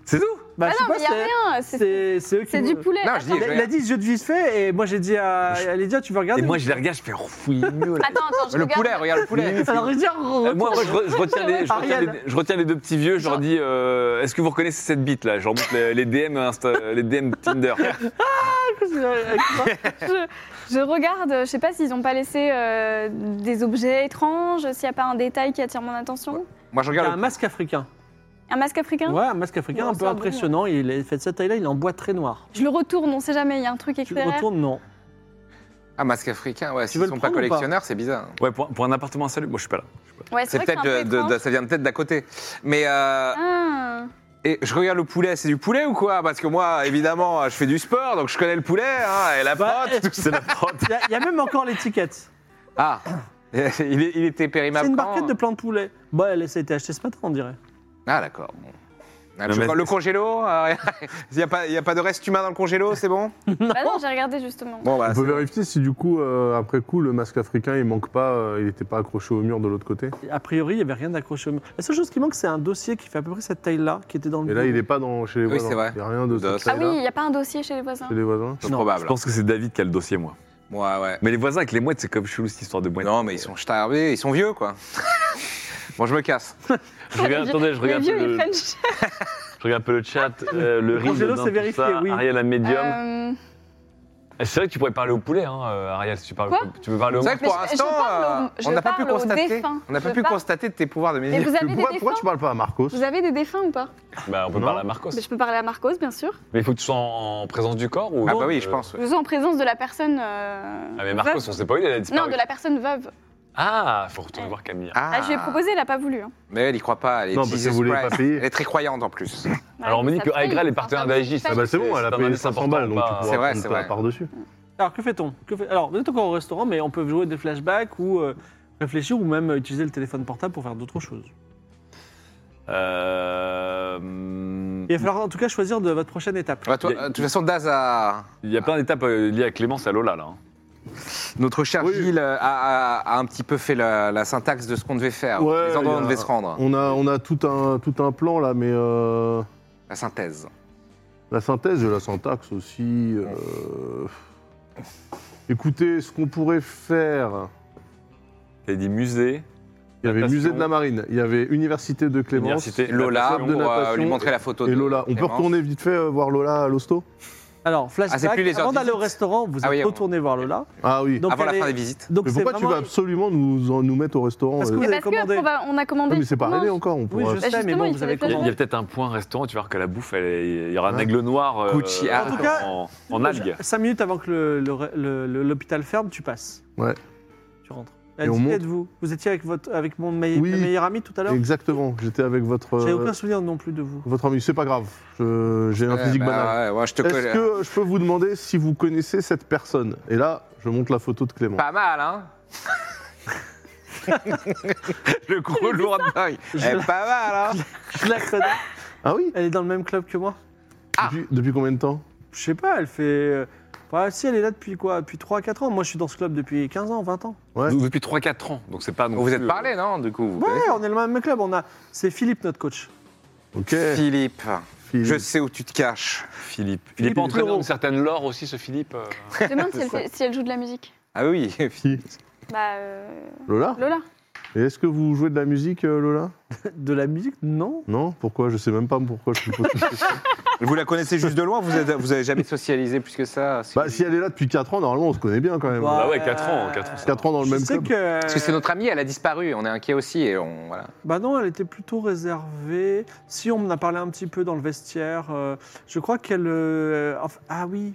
C'est tout Bah, Ah je sais non, pas, mais il n'y a c'est- rien. C'est, c'est- C'est eux qui. c'est du poulet. Non, je dis- Attends, Il a- il a dit yeux de vite fait et moi j'ai dit à, Je- à Lydia, tu veux regarder Et moi, je les regarde, je fais fouiller mieux là. attends, attends, je Le regarde. poulet, regarde le poulet. Alors Lydia, re- Euh, Moi, moi, je, re- je retiens les, je, retiens Ariel. les, je retiens les deux petits vieux, je leur dis euh, Est-ce que vous reconnaissez cette bite là Je leur montre les, les DM, Insta- les DM Tinder. euh, je, je regarde, je sais pas s'ils ont pas laissé euh, des objets étranges, s'il n'y a pas un détail qui attire mon attention. Moi, je il y a un regarde. masque africain. Un masque africain Ouais, un masque africain Bon, un c'est peu un bon. impressionnant. Il est fait de cette taille-là, il est en bois très noir. Je le retourne, on sait jamais, il y a un truc Tu extérieur. le retournes, non. Ah, masque africain, ouais. S'ils veux le sont pas prendre ou pas collectionneurs, c'est bizarre. Ouais, pour, pour un appartement insalubre, moi je suis pas là. Ah, Ouais, C'est c'est, vrai peut-être que c'est de, un peu de- étrange. ça vient peut-être d'à côté. Mais euh, Ah. et je regarde le poulet, c'est du poulet ou quoi Parce que moi, évidemment, je fais du sport, donc je connais le poulet hein, et la Bah, pâte, tout ça. Il y a- il y, a même encore l'étiquette. Ah, il, est- il était périmable. C'est une quand barquette de plan de poulet. Bah, elle ça a été achetée ce matin, on dirait. Ah d'accord. bon. Ah, Non, je- mais- Le congélo, euh, il n'y a, pas- y a pas de reste humain dans le congélo, c'est bon Bah non, j'ai regardé justement. Bon, bah, On c'est- peut vérifier si du coup, euh, après coup, le masque africain, il manque pas, euh, il n'était pas accroché au mur de l'autre côté. A priori, il n'y avait rien d'accroché au mur. La seule chose qui manque, c'est un dossier qui fait à peu près cette taille-là, qui était dans le. Et là, bureau. il n'est pas dans, chez les Oui, voisins. c'est vrai. Il n'y a rien de De- ça. Ah oui, il n'y a pas un dossier chez les voisins. Chez les voisins. c'est Non, probable. Je pense que c'est David qui a le dossier, moi. Ouais, ouais. Mais les voisins avec les mouettes, c'est comme chelou cette histoire de mouettes. Non, mais ils sont starbés, ils sont vieux, quoi. bon, je me casse. Je regarde, attendez, je les regarde, vieux, le, ils prennent cher. je regarde un peu le chat, euh, le Angelo rire. dedans, s'est tout vérifié, ça. oui. Ariel, la médium. Eh, Euh, C'est vrai que tu pourrais parler au poulet, hein, euh, Ariel, si tu parles. Quoi tu peux parler au C'est vrai que Mais pour je- je l'instant, parle au- euh, je on n'a pas parle pu au constater, défunt. on n'a pas Je pu parle- constater de tes pouvoirs de Et médium. vous avez des pourquoi, pourquoi défunts tu parles pas à Marcos Vous avez des défunts ou pas Bah, on peut Non. parler à Marcos. Mais Je peux parler à Marcos, bien sûr. Mais il faut que tu sois en, en présence du corps ou. Euh, Ah bah oui, euh, je pense. ouais. Je suis en présence de la personne. euh, Ah, mais Marcos, on veuve. sait pas où il est, elle a disparu. Non, de la personne veuve. Ah, faut retourner voir Camille. Ah, Ah, je lui ai proposé, elle n'a pas voulu. hein. Mais elle y croit pas, elle est Non, parce que Jesus vous voulez Christ. pas payer. Elle est très croyante en plus. Alors, on me dit Ça que paye, Aigrel est ça partenaire paye, d'Aegis. ça Ah paye. bah c'est bon, elle a C'est un payé indice 500 important, balles, donc pas- tu C'est pourras vrai, prendre c'est ta vrai. part dessus. Alors que fait-on Que fait- Alors, vous êtes encore au restaurant, mais on peut jouer des flashbacks ou euh, réfléchir ou même euh, utiliser le téléphone portable pour faire d'autres choses. Euh. hum, Il va falloir en tout cas choisir de votre prochaine étape. Ouais, toi, Il y a- euh, de toute façon, Daz a... Il y a plein d'étapes euh, liées à Clémence et à Lola, là. hein. Notre cher Oui. Gilles euh, a, a- a un petit peu fait la, la syntaxe de ce qu'on devait faire, Ouais, les endroits où il y on a- devait se rendre. On a, on a tout, un, tout un plan là, mais euh, La synthèse. la synthèse de la syntaxe aussi. euh, Écoutez, ce qu'on pourrait faire. T'as dit musée, Il y avait Natation. musée de la marine, il y avait université de Clémence. université, Lola, natation, pour de euh, natation lui montrer la photo Et de Lola, on peut Clémence. retourner vite fait euh, voir Lola à l'hosto Alors, c'est flashback. plus les Avant ordi d'aller au fixes. restaurant, vous êtes Ah oui, on- retourné voir Lola. Ah oui. Donc, Avant la elle fin est- des visites. Donc, mais c'est pourquoi tu vas vraiment- absolument nous, en- nous mettre au restaurant Parce que euh vous Mais avez parce que commandé. on va- on a Ah, commandé. mais c'est pas justement. réglé encore, on Oui, pourra- je sais, mais Bah, justement, bon, il vous avez fallait Il y a, il y commandé. a peut-être un point restaurant, tu vas voir que la bouffe, elle est- il y aura un aigle noir euh, Gucci, ah. En tout cas- en, en algues. 5 minutes avant que le- le- le- le- l'hôpital ferme, tu passes. Ouais. Tu rentres. Et Elle on dit, monte. êtes-vous Vous étiez avec, votre, avec mon meille- Oui. ma meilleure amie tout à l'heure Exactement, j'étais avec votre, J'avais euh, aucun souvenir non plus de vous. votre ami, c'est pas grave, Je- j'ai un Ouais, physique bah, banal. ouais, ouais, je te Est-ce colle. que je peux vous demander si vous connaissez cette personne Et là, je montre la photo de Clément. Pas mal, hein Le gros lourd d'œil. Eh, pas mal, hein Je la connais. Ah oui Elle est dans le même club que moi. Ah. depuis, depuis combien de temps Je sais pas, elle fait. euh, bah, si, elle est là depuis quoi Depuis 3-4 ans. Moi, je suis dans ce club depuis 15 ans, 20 ans. Ouais. Depuis 3-4 ans, donc c'est pas. non Vous vous plus, euh, êtes parlé, non Du coup, vous Ouais, connaissez on est le même club. On a... C'est Philippe, notre coach. Ok. Philippe, Philippe. je sais où tu te caches. euh, Philippe. Il est pas entraîneur d'une certaine lore aussi, ce Philippe. euh. Je me demande si elle, fait- si elle joue de la musique. Ah oui, Philippe. Bah, euh, Lola Lola. Et est-ce que vous jouez de la musique, euh, Lola De la musique Non Non Pourquoi Je sais même pas pourquoi je suis pose cette question. Vous la connaissez juste de loin Vous êtes- vous avez jamais socialisé plus que ça Bah, si elle est là depuis 4 ans, normalement, on se connaît bien quand même. Bah, Bah ouais, 4 ans, 4 ans. ça va. 4 ans dans le je même sais club. que. Parce que c'est notre amie, elle a disparu, on est inquiet aussi. Et on, voilà. Bah non, elle était plutôt réservée. Si on m'en a parlé un petit peu dans le vestiaire, euh, je crois qu'elle. euh, enf- ah oui.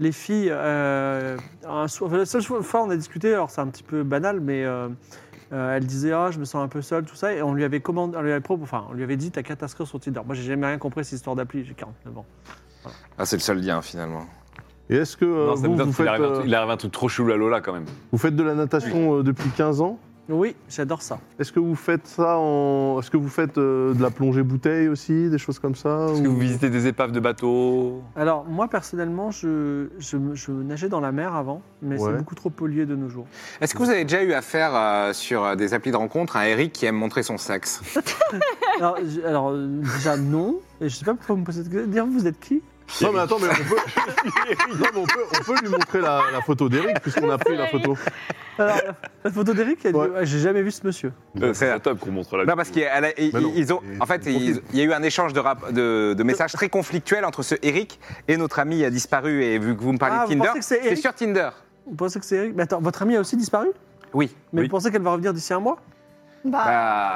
Les filles, euh, un soir- la seule fois on a discuté, alors c'est un petit peu banal, mais euh, Euh, elle disait ah je me sens un peu seule tout ça et on lui avait commandé, on lui avait propo- enfin on lui avait dit t'as qu'à t'inscrire sur Tinder. Moi j'ai jamais rien compris cette histoire d'appli, j'ai 49 ans. Ah, c'est le seul lien finalement. Et est-ce que euh, Non, ça me vous, donne vous qu'il faites, arrive un euh, truc- il arrive un truc trop chelou à Lola quand même. vous faites de la natation euh, depuis 15 ans Oui, j'adore ça. Est-ce que vous faites ça en. Est-ce que vous faites euh, de la plongée bouteille aussi, des choses comme ça Est-ce ou- que vous visitez des épaves de bateaux Alors moi personnellement je, je, je nageais dans la mer avant, mais Ouais. c'est beaucoup trop pollué de nos jours. Est-ce que vous avez déjà eu affaire euh, sur euh, des applis de rencontre à Eric qui aime montrer son sexe Alors, je- alors, euh, déjà non, et je sais pas pourquoi vous me posez cette question. Dire vous êtes qui Non, mais attends, mais on peut, Non, mais on peut, on peut lui montrer la, la photo d'Eric, puisqu'on a pris la photo. Alors la- la photo d'Eric, elle dit, Ouais. Ah, j'ai jamais vu ce monsieur. Euh, C'est la top qu'on montre là. Non, parce qu'ils Mais non. ont. En fait, Et- ils- il y a eu un échange de, rap- de, de messages très conflictuels entre ce Eric et notre ami a disparu. Et vu que vous me parlez Ah, de vous Tinder, pensez que c'est c'est Eric sur Tinder. Vous pensez que c'est Eric Mais attends, votre ami a aussi disparu Oui. Mais Oui. vous pensez qu'elle va revenir d'ici un mois Bah,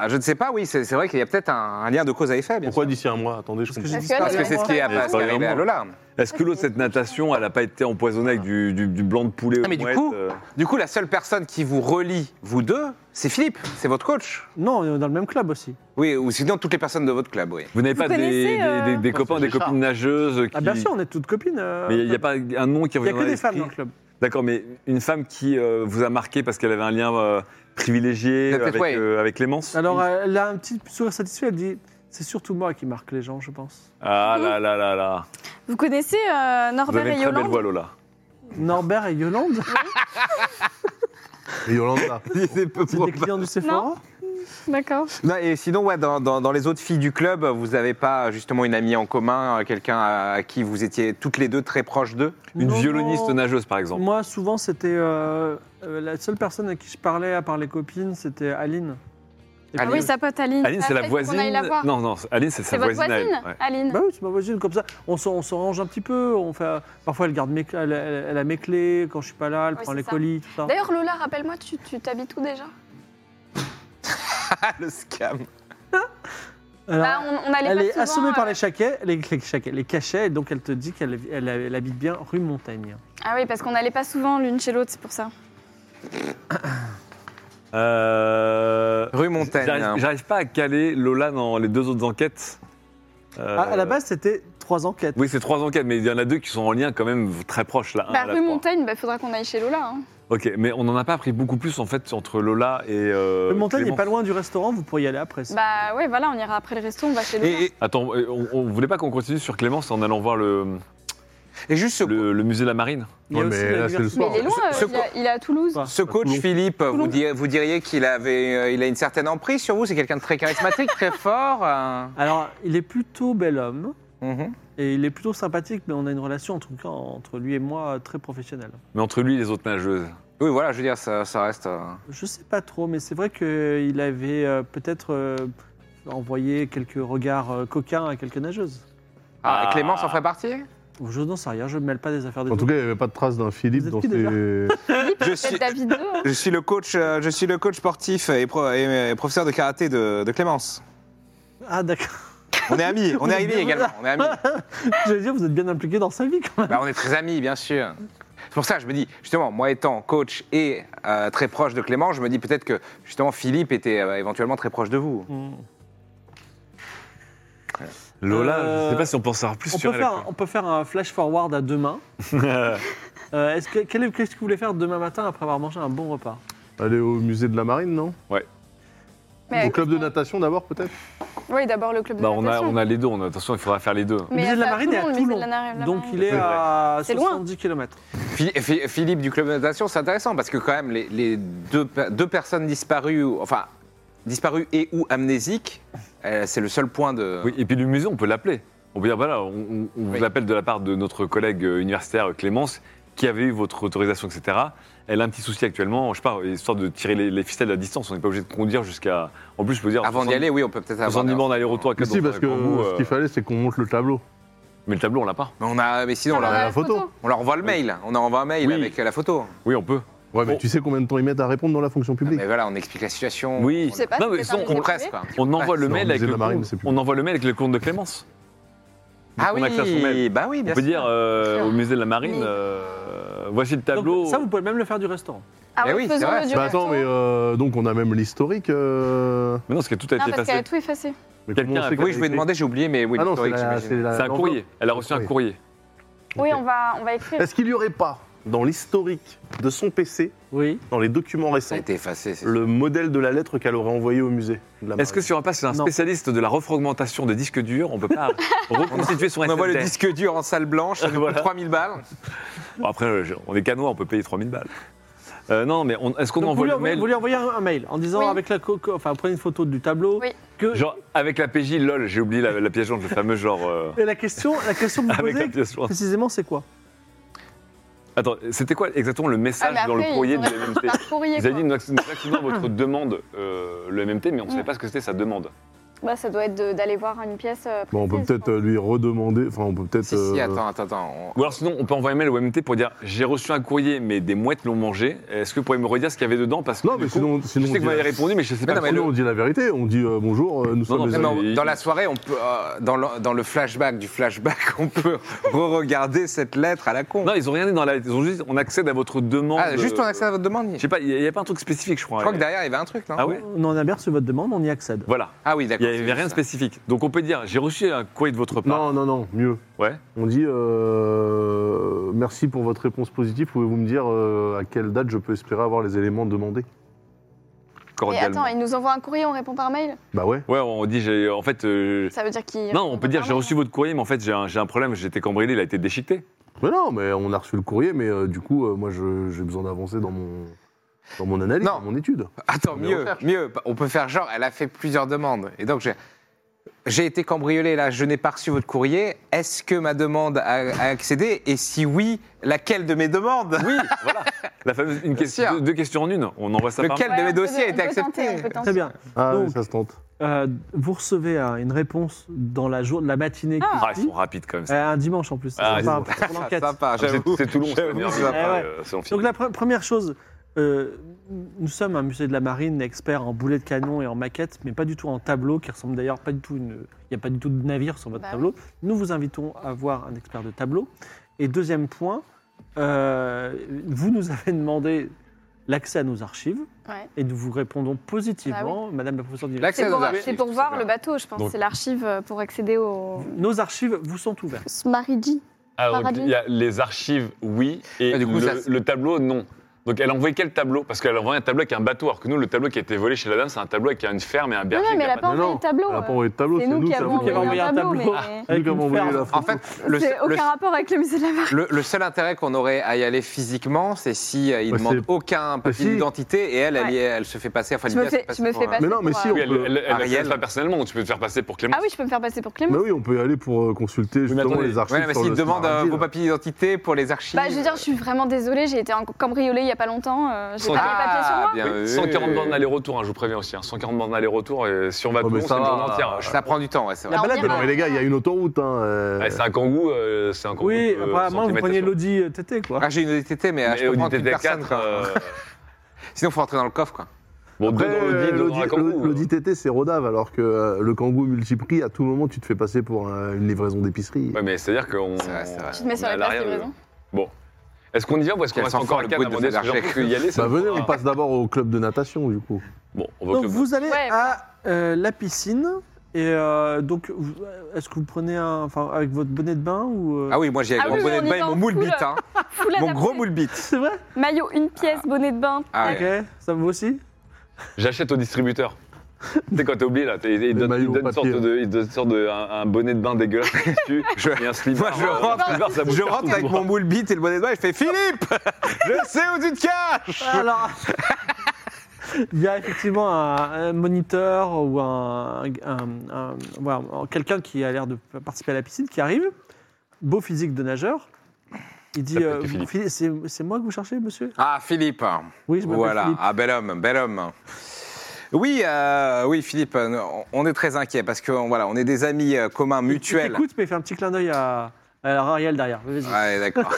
Bah, je ne sais pas, oui, c'est c'est vrai qu'il y a peut-être un, un lien de cause à effet. bien Pourquoi sûr. d'ici un mois Attendez, je Parce que comprends. j'ai Parce Parce que c'est ce qui est, Ouais, ce qui est arrivé à Lola. Est-ce que l'eau de cette natation, elle n'a pas été empoisonnée avec du, du- du blanc de poulet Ah, mais du aux mouettes, coup- euh, Du coup, la seule personne qui vous relie, vous deux, c'est Philippe, c'est votre coach. Non, on est dans le même club aussi. Oui, ou sinon toutes les personnes de votre club, oui. Vous n'avez pas des, connaissez, des- euh, des- des copains, des Richard. copines nageuses qui... Ah bien sûr, on est toutes copines. euh, Mais il n'y a pas un nom Il y qui a revient dans que des femmes hein. l'esprit dans le club. D'accord, mais une femme qui euh, vous a marqué parce qu'elle avait un lien euh, privilégié Peut-être, avec, ouais. euh, avec Clémence Alors, elle a un petit sourire satisfait. Elle dit C'est surtout moi qui marque les gens, je pense. Ah là là là là. Oh, vous connaissez euh, Vous Norbert avez et une très belle Yolande voix, Lola. Norbert et Yolande, Et Yolanda c'est des clients du Sephora. D'accord. Non, et sinon, ouais, dans, dans- dans les autres filles du club, vous n'avez pas justement une amie en commun, euh, quelqu'un à, à qui vous étiez toutes les deux très proches d'eux Une Non, violoniste non. nageuse, par exemple. Moi, souvent, c'était. euh, euh, la seule personne à qui je parlais, à part les copines, c'était Aline. Et euh, Ah Aline. oui, sa pote Aline. Aline, c'est la Après, il faut Bah, qu'on voisine. aille la voir. Non, non, c'est- Aline, c'est sa C'est votre voisine. à elle, voisine, ouais. Aline. Bah oui, c'est ma voisine, comme ça, on s'en on s'en range un petit peu. On fait, parfois, elle garde mes clés, elle, elle- elle a mes clés, quand je suis pas là, elle Ouais, prend c'est les ça. colis, tout ça. D'ailleurs, Lola, rappelle-moi, tu tu t'habites où déjà Ah, le scam Alors, Bah, on, on allait elle pas est souvent, assommée par euh, les chaquets, les, les chaquets, les cachets, et donc elle te dit qu'elle elle- elle habite bien rue Montaigne. Euh, Ah oui, parce qu'on n'allait pas souvent l'une chez l'autre, c'est pour ça. Euh, Rue Montaigne. hein. J'arrive j'arrive pas à caler Lola dans les deux autres enquêtes. Euh, Ah, à la base, c'était trois enquêtes. Oui, c'est trois enquêtes, mais il y en a deux qui sont en lien quand même très proches. Là, un bah, à Ah, la rue trois. Montaigne, il faudra qu'on aille chez Lola. hein. Ok, mais on n'en a pas appris beaucoup plus en fait entre Lola et. euh, Le Montagne n'est Clémence. pas loin du restaurant, vous pourriez y aller après. ça. Bah ouais, voilà, on ira après le resto, on va chez Lola. Et, et- Attends, euh, on, on voulait pas qu'on continue sur Clémence en allant voir le, et juste ce, le, le musée de la marine Il y a Ouais, aussi mais la là, c'est le diversité. Mais soir. il est loin, euh, ce il, est- il est à Toulouse. Bah, ce coach Toulon. Philippe, vous, diriez- vous diriez qu'il avait, euh, il a une certaine emprise sur vous C'est quelqu'un de très charismatique, très fort euh, Alors, il est plutôt bel homme mhm. et il est plutôt sympathique, mais on a une relation en tout cas entre lui et moi très professionnelle. Mais entre lui et les autres nageuses. Oui, voilà, je veux dire, ça, ça reste... euh, Je sais pas trop, mais c'est vrai qu'il avait euh, peut-être euh, envoyé quelques regards euh, coquins à quelques nageuses. Ah, Ah. Clémence en ferait partie Je n'en sais rien, je ne mêle pas des affaires des En tout cas, il n'y avait pas de trace d'un Philippe Vous êtes dans qui, ses. Je Peut-être suis, David II, hein. je suis le coach, euh, je suis le coach sportif et, pro- et, euh, professeur de karaté de, de Clémence. Ah d'accord. On est amis, on est amis également. On est amis. J'allais dire, vous êtes bien impliqué dans sa vie quand même. Bah, on est très amis, bien sûr. C'est pour ça, que je me dis, justement, moi étant coach et euh, très proche de Clémence, je me dis peut-être que justement Philippe était euh, éventuellement très proche de vous. Lola, Euh, je sais pas si on peut en savoir plus On sur peut, elle. faire, on peut faire un flash forward à demain. Euh, est-ce que, quel est- qu'est-ce que vous voulez faire demain matin après avoir mangé un bon repas Aller au musée de la marine, non Mais Au club de natation d'abord, peut-être Oui, d'abord le club de Bah, on, a, natation. on a les deux, on a- attention, il faudra faire les deux. Le musée de la marine est à Toulon. donc il est C'est vrai. à Euh, C'est loin. 70 km. Phi- Phi- Philippe du club de natation, c'est intéressant parce que quand même les, les deux, pe- deux personnes disparues, ou- enfin disparues et ou amnésiques, euh, c'est le seul point de. Oui, et puis le musée, on peut l'appeler. On peut dire, voilà, on, on- on Oui. vous appelle de la part de notre collègue euh, universitaire euh, Clémence, qui avait eu votre autorisation, etc. Elle a un petit souci actuellement, je sais pas, histoire de tirer les, les ficelles à distance, on n'est pas obligé de conduire jusqu'à. En plus, je peux dire. Avant d'y aller, oui, on peut peut-être avoir. 70 bornes aller-retour à Mais quatre si, parce que ce qu'il fallait, c'est qu'on monte le tableau. euh, Mais le tableau, on l'a pas. Mais on a, mais sinon on on leur, la photo. on leur envoie le mail. On leur envoie un mail Oui. avec la photo. Oui, on peut. Ouais, mais Bon. tu sais combien de temps ils mettent à répondre dans la fonction publique Mais voilà, on explique la situation. Oui. Je sais pas, Non, c'est mais peut-être sinon, un On on, musée. presse quoi. on envoie le Non, mail le avec musée de le la marine, compte. c'est plus- On envoie le mail avec le compte de Clémence. Ah on a accès à son oui, mail. bah oui, bien on peut sûr. dire euh, Bien sûr. au musée de la marine, Oui. euh, voici le Donc, tableau. ça, vous pouvez même le faire du restaurant. Ah Eh oui, oui, c'est vrai. faisons-le durer. Bah attends, mais euh, donc on a même l'historique. euh, Mais non, parce que tout a Non, été parce effacé. qu'elle a tout effacé. mais Quelqu'un comment on a- sait qu'elle Oui, je a vais été- demander, j'ai oublié, mais oui, Ah non, c'est l'historique, la- j'imagine. c'est la- C'est un courrier. Elle a reçu un Oui. courrier. Oui, on va, on va écrire. Est-ce qu'il n'y aurait pas, dans l'historique de son PC, Oui. dans les documents Ça a récents, été effacé. c'est- le modèle de la lettre qu'elle aurait envoyée au musée de la Est-ce que marine si on passe à un Non. spécialiste de la refragmentation des disques durs, on peut pas reconstituer son On envoie le SSD? disque dur en salle blanche, ça nous coûte 3000 balles. Bon, après, euh, je- on est canois, on peut payer 3000 balles. Euh, non, mais on- est-ce qu'on Donc, vous, envoie lui le envoyez, mail vous lui envoyez un, un mail en disant Oui. avec la coco, enfin prenez une photo du tableau. Oui. Que, Genre, avec la PJ, lol, j'ai oublié la, la pièce jaune, le fameux genre. euh, et la question, la question que vous avec la posez pièce jaune. précisément, c'est quoi Attends, c'était quoi exactement le Ah, message mais dans le après, il courrier de faudrait l'MMT faire un courrier, Vous avez dit quoi. nous acc- nous acceptons votre demande, euh, le MMT, mais on ne savait pas ce que c'était sa demande. Bah, ça doit être de- d'aller voir une pièce. euh, Bon, on peut précise, peut-être quoi. euh, lui redemander. Enfin, on peut peut-être. Si, si, euh, attends, attends, attends. on- Ou alors sinon, on peut envoyer un mail au MMT pour dire j'ai reçu un courrier, mais des mouettes l'ont mangé. Est-ce que vous pourriez me redire ce qu'il y avait dedans Parce que Non, du mais coup, sinon, je sinon, sais on que vous dit- avez répondu, mais je ne sais pas. non, mais quoi. sinon, on dit la vérité. On dit euh, bonjour, euh, nous sommes non, les Non, mais amis. on- dans la soirée, on peut, euh, dans, le, dans le flashback du flashback, on peut re-regarder cette lettre à la con. Non, ils ont rien dit dans la. Ils ont juste, on accède à votre demande. euh, Ah, juste on accède à votre demande. Je sais pas, il n'y a pas un truc spécifique, je crois. Je crois que derrière, il y avait un truc, non Ah ouais On en a bien reçu votre demande, on y accède. Voilà. Ah oui, Il d'accord. n'y avait c'est rien de ça. spécifique. Donc on peut dire j'ai reçu un courrier de votre part. Non, non, non, mieux. Ouais. On dit euh, merci pour votre réponse positive. Pouvez-vous me dire euh, à quelle date je peux espérer avoir les éléments demandés Et cordialement. attends, il nous envoie un courrier, on répond par mail Bah ouais. Ouais, on dit j'ai. En fait. euh, Ça veut dire qu'il. non, on peut dire par j'ai mail. reçu votre courrier, mais en fait j'ai un, j'ai un problème, j'ai été cambriolé, il a été déchiqueté. Mais non, mais on a reçu le courrier, mais euh, du coup, euh, moi, je- j'ai besoin d'avancer dans mon, dans mon analyse, Non. Ah, dans mon étude. Attends, Mais mieux, recherche. mieux. On peut faire genre, elle a fait plusieurs demandes. Et donc, j'ai. J'ai été cambriolé là, je n'ai pas reçu votre courrier. Est-ce que ma demande a, a accédé Et si oui, laquelle de mes demandes Oui, voilà. La fameuse, une question, sûr. deux, deux questions en une. On envoie ça par Lequel Ouais, de mes on peut- dossiers a on été peut accepté tenter, on peut tenter. Très bien. Ah, Donc- oui, ça se tente. Euh, vous recevez euh, une réponse dans la, jour- la matinée qui Ah, ils suit. sont rapides quand même. Euh, un dimanche en plus. Ah, Enfin, pour l'enquête. Sympa, C'est j'avoue. c'est Toulon, c'est la J'avoue, meilleure c'est ville. sympa. ouais. Euh, c'est en film. Donc la pre- première chose, euh, nous sommes un musée de la marine expert en boulet de canon et en maquettes, mais pas du tout en tableau, qui ressemble d'ailleurs pas du tout une. Il n'y a pas du tout de navire sur votre Bah tableau. Nous vous invitons à voir un expert de tableau. Et deuxième point, euh, vous nous avez demandé l'accès à nos archives Ouais. Bah et nous vous répondons positivement, Madame la professeure. d'université. L'accès C'est aux pour, archives, c'est pour tout voir ça. le bateau, je pense. Donc- C'est l'archive euh, pour accéder au. Nos archives vous sont ouvertes. Smarigi. Ah, donc, Paradis. il y a les archives, oui, et Ah, du coup, le, ça, c'est- le tableau, non. Donc elle a envoyé quel tableau Parce qu'elle a envoyé un tableau avec un bateau, alors que nous, le tableau qui a été volé chez la dame, c'est un tableau avec une ferme et un Non, berger. non, qui mais a elle n'a pas pas envoyé non, le tableau. Elle n'a euh. pas envoyé de tableau, C'est nous qui avons avons envoyé envoyé un un tableau. tableau, mais. Nous Avec qui avons une envoyé ferme. la En fait, le, C'est le- aucun rapport avec le musée de la marine. le- le seul intérêt qu'on aurait à y aller physiquement, c'est si euh, il Bah, demande c'est- aucun papier si. d'identité et elle, elle, y Ouais. est- elle se fait passer. Enfin, Je Lydia me se fais- fait je me fais pour un- passer Mais non, mais pour, si, euh, Oui, elle elle- elle Ariel. l'accepte pas personnellement, donc tu peux te faire passer pour Clément. Ah oui, je peux me faire passer pour Clément. Bah oui, on peut y aller pour euh, consulter justement attendez. les archives. Ouais, mais sur s'il le Ah, demande euh, Smaragdi, vos là. papiers d'identité pour les archives. Bah, je veux dire, je suis vraiment désolée, j'ai été en- cambriolée il n'y a pas longtemps. euh, j'ai Sans- pas les papiers sur moi. Ah, bien Oui, vu. 140 bornes d'aller-retour, hein, je vous préviens aussi. hein, 140 bornes d'aller-retour, et si on va Oh, tout mais long, c'est ça une va. journée entière. Je- Ça prend du temps, ouais, c'est vrai. Bah, Mais On ira. non, mais les gars, il y a une autoroute. Hein, euh. Ouais, c'est un kangou, euh, c'est un kangou. Oui, euh, apparemment vous centimètre preniez sur- l'Audi euh, TT quoi. Ah, j'ai une ODTT, mais, euh, Mais je peux Audi prendre une personne. TT4. quoi. euh, Sinon, faut rentrer dans le coffre, quoi. Bon, deux Après, dans l'Audi, euh, deux dans la l'Audi- kangou. l'Audi TT, c'est rodave, alors que euh, le kangou multiprix, à tout moment, tu te fais passer pour euh, une livraison d'épicerie. Ouais, mais c'est-à-dire qu'on. C'est vrai, c'est vrai. Tu te mets sur on est les à places l'arrière de- livraison. Bon. Est-ce qu'on y va ou est-ce qu'on Quel reste sang encore fort, à le quatre bruit à de demander cet Parce que j'ai archet. l'impression que y aller, ça Bah nous venez, on prend- passe d'abord au club de natation, du coup. Bon, on va au Donc club. vous allez Ouais. à euh, la piscine et euh, donc vous- est-ce que vous prenez un, enfin avec votre bonnet de bain ou euh, Ah oui, moi, j'ai Ah avec mon oui, bonnet on de y bain va et en mon moule full. bite. hein. Full Mon adapté. gros moule bite. c'est vrai Maillot, une pièce, bonnet de bain. Ah ouais. Ok, ça vous aussi J'achète au distributeur. tu sais, quand t'es oublié, là, t'es- il donne, maillots il donne au une sorte papier. de, il donne une sorte de un, un bonnet de bain dégueulasse dessus et un Moi, slipper. je Un rentre- slipper, ça bouge Je rentre partout, avec moi. mon moule bite et le bonnet de bain et je fais Philippe Je sais où tu te caches Ah, Alors, il y a effectivement un, un moniteur ou un, un- un- voilà, quelqu'un qui a l'air de participer à la piscine qui arrive, beau physique de nageur. Il dit S'appelle euh, Philippe. vous- Philippe, C'est c'est moi que vous cherchez, monsieur Ah, Philippe Oui, je m'appelle Voilà, Philippe. ah, bel homme, bel homme. Oui, euh, oui, Philippe, euh, on est très inquiet parce que voilà, on est des amis euh, communs Il mutuels. t'écoute, mais fais un petit clin d'œil à, à Ariel derrière. Vas-y. Ouais, d'accord.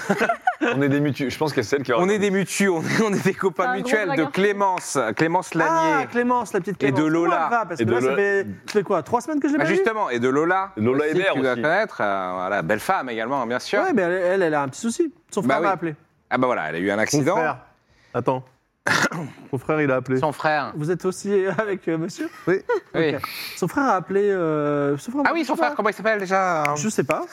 On est des mutus. Je pense que c'est celle qui va. On est des mutus, on est, on est des C'est copains un gros mutuels de blagueur. Clémence, Clémence Ah, Lanier. Clémence, la petite Et de Clémence. Comment Lola. elle va Parce Et que de là, ça Lola- fait, ça fait quoi Trois semaines que j'ai Bah, pas vu justement, et de Lola. Lola aussi, Hébert que Tu dois aussi. connaître, euh, voilà, belle femme également, bien sûr. Ouais, mais elle, elle, elle a un petit souci. Son Bah frère oui. m'a appelé. Ah bah voilà, elle a eu un Mon accident. frère. Attends. Mon frère, il a appelé. Son frère. Vous êtes aussi avec euh, monsieur Oui. Ok. Son frère a appelé. euh, son frère- Ah oui, son frère, comment il s'appelle déjà Je sais pas.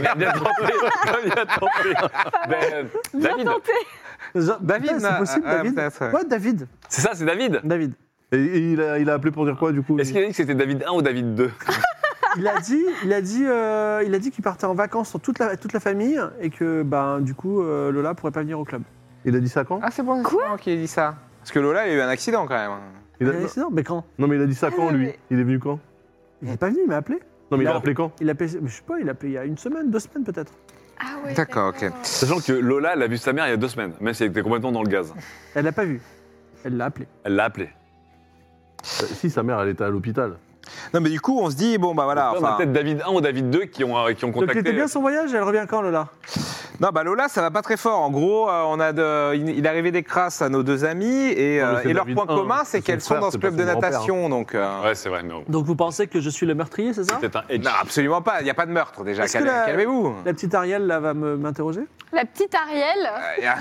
Bien, bien tenté, bien tenté. Ben, Bien David. tenté. David, c'est ah, possible, ah, David peut-être, ouais. Ouais, David. C'est ça, c'est David. David. Et, et il, a, il a appelé pour dire quoi, du coup Est-ce qu'il a dit que c'était David 1 ou David 2 Il a dit, il a dit, euh, il a dit qu'il partait en vacances sur toute la toute la famille et que ben du coup euh, Lola pourrait pas venir au club. Il a dit ça quand Ah, c'est bon, Quoi qui a dit ça. Parce que Lola, il y a eu un accident quand même. Il a- Euh, Mais c'est- non, mais quand Non, mais il a dit ça quand, lui Il est venu quand Il est pas venu, il m'a appelé. Non, mais il a Non. appelé quand Il a appelé, je sais pas, il a appelé il y a une semaine, deux semaines peut-être. Ah ouais, D'accord, ok. Sachant que Lola, elle a vu sa mère il y a deux semaines, même si elle était complètement dans le gaz. Elle l'a pas vu. Elle l'a appelé. Elle l'a appelé. Euh, Si, sa mère, elle était à l'hôpital. Non, mais du coup, on se dit, bon, bah voilà. Après, On a enfin- peut-être David 1 ou David 2 qui ont, euh, qui ont Donc il contacté. était bien son voyage, elle revient quand Lola Non, bah Lola, ça va pas très fort. En gros, euh, on a de- il il est arrivé des crasses à nos deux amis et, Non, mais euh, c'est et leur David point un, commun, c'est c'est son qu'elles sont frère, dans c'est ce pas club son de grand-père. hein. natation. Donc, euh, Ouais, c'est vrai, mais on- Donc vous pensez que je suis le meurtrier, c'est ça peut-être un edge. non, absolument pas. Il n'y a pas de meurtre déjà. Est-ce que Calme- la- Calmez-vous. La petite Ariel là va me- m'interroger La petite Ariel. Bah, Il y a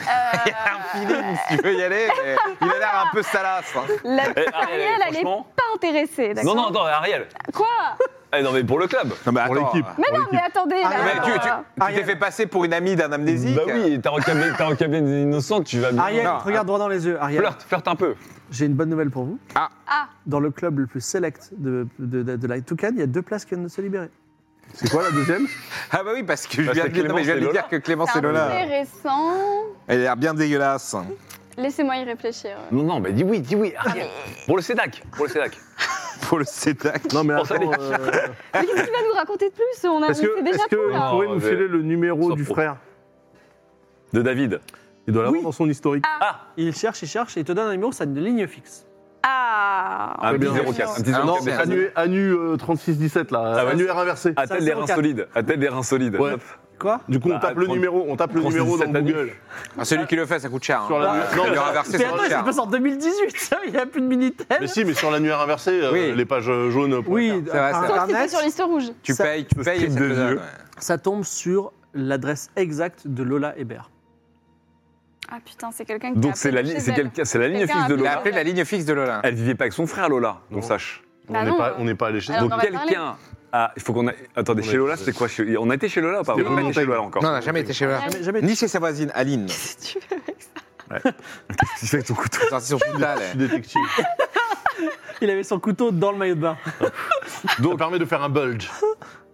il y a un euh, feeling, si tu veux y aller. mais Il a l'air un peu salace. hein. La petite Eh, Ariel, Ariel, elle est franchement- pas intéressée, Non, d'accord non, attends, Ariel. Quoi Eh, non, mais pour le club. Non, mais Pour attends, l'équipe. Mais Pour non, mais l'équipe. attendez, là, Mais tu- tu- euh, tu t'es fait passer pour une amie d'un amnésique. Bah oui, t'as recablé, t'as recablé des innocents, tu vas bien. Ariel, Non, regarde droit dans les yeux. Ariel, Flirte, flirte un peu. j'ai une bonne nouvelle pour vous. Ah, Dans le club le plus select de, de, de- de la Toucan, il y a deux places qui viennent de se libérer. C'est quoi la deuxième Ah bah oui, parce que je Bah, viens c'est de dire, non, mais je viens de Clémence et dire que Clémence c'est et Oh, Lola, intéressant. elle a l'air bien dégueulasse. Laissez-moi y réfléchir. Non, non, mais dis oui, dis oui, Ariel. Pour le SEDAC, pour le SEDAC. Pour le CETAC. Non, mais Pour ça, attends. les- euh, Mais qu'est-ce qu'il va nous raconter de plus On a on Est-ce que, sait déjà est-ce que tout, vous là. pourriez Non, nous mais- filer le numéro Sans du pro- frère De David. Il doit l'avoir Oui. dans son historique. Il cherche, il cherche et il te donne un numéro, ça a une ligne fixe. Ah Un Très petit bien. 04. Un petit Ah, non, 04. c'est mais- annu, annu euh, 36-17, là. Ah ouais. Annuaire inversé. ça, A-t-elle des reins 04. solides A-t-elle des reins solides Ouais. Quoi Du coup, on Bah, tape le trente- numéro, on tape le numéro dans 36-17 annu. Google. Ah, celui qui le fait, ça coûte cher. hein. Sur la- Ah, il aura versé, Mais ça attends, coûte il se cher. passe en 2018, ça, il n'y a plus de Minitel. Mais si, mais sur l'annuaire inversé, euh, Oui. les pages euh, jaunes. pour Oui, les euh, c'est vrai. par Sauf si c'est Internet, sur liste rouge. Tu Ça- payes, tu payes. film ça de te le donne, vieux. ouais. ça tombe sur l'adresse exacte de Lola Hébert. Ah putain, c'est quelqu'un qui Donc a c'est appelé la, de li- chez c'est elle. quelqu'un- c'est la ligne Quelqu'un fixe de a Il a Lola. appelé la ligne fixe de Lola. Elle vivait pas avec son frère Lola, qu'on sache. On Bah n'est non, pas, euh, on n'est pas allé chez alors- eux. Donc en aurait parlé. quelqu'un. Ah, il faut qu'on. a- Attendez, On chez a- Lola, c'était quoi chez- On a été chez Lola ou pas On C'était n'a pas au été chez Montagne. Lola encore. Non, on n'a jamais été chez Lola. Jamais, jamais. Ni chez sa voisine, Aline. Qu'est-ce que tu veux avec ça Il fait ton couteau. C'est sorti sur Fundal. Je suis détective. Il avait son couteau dans le maillot de bain. Ça permet de faire un bulge.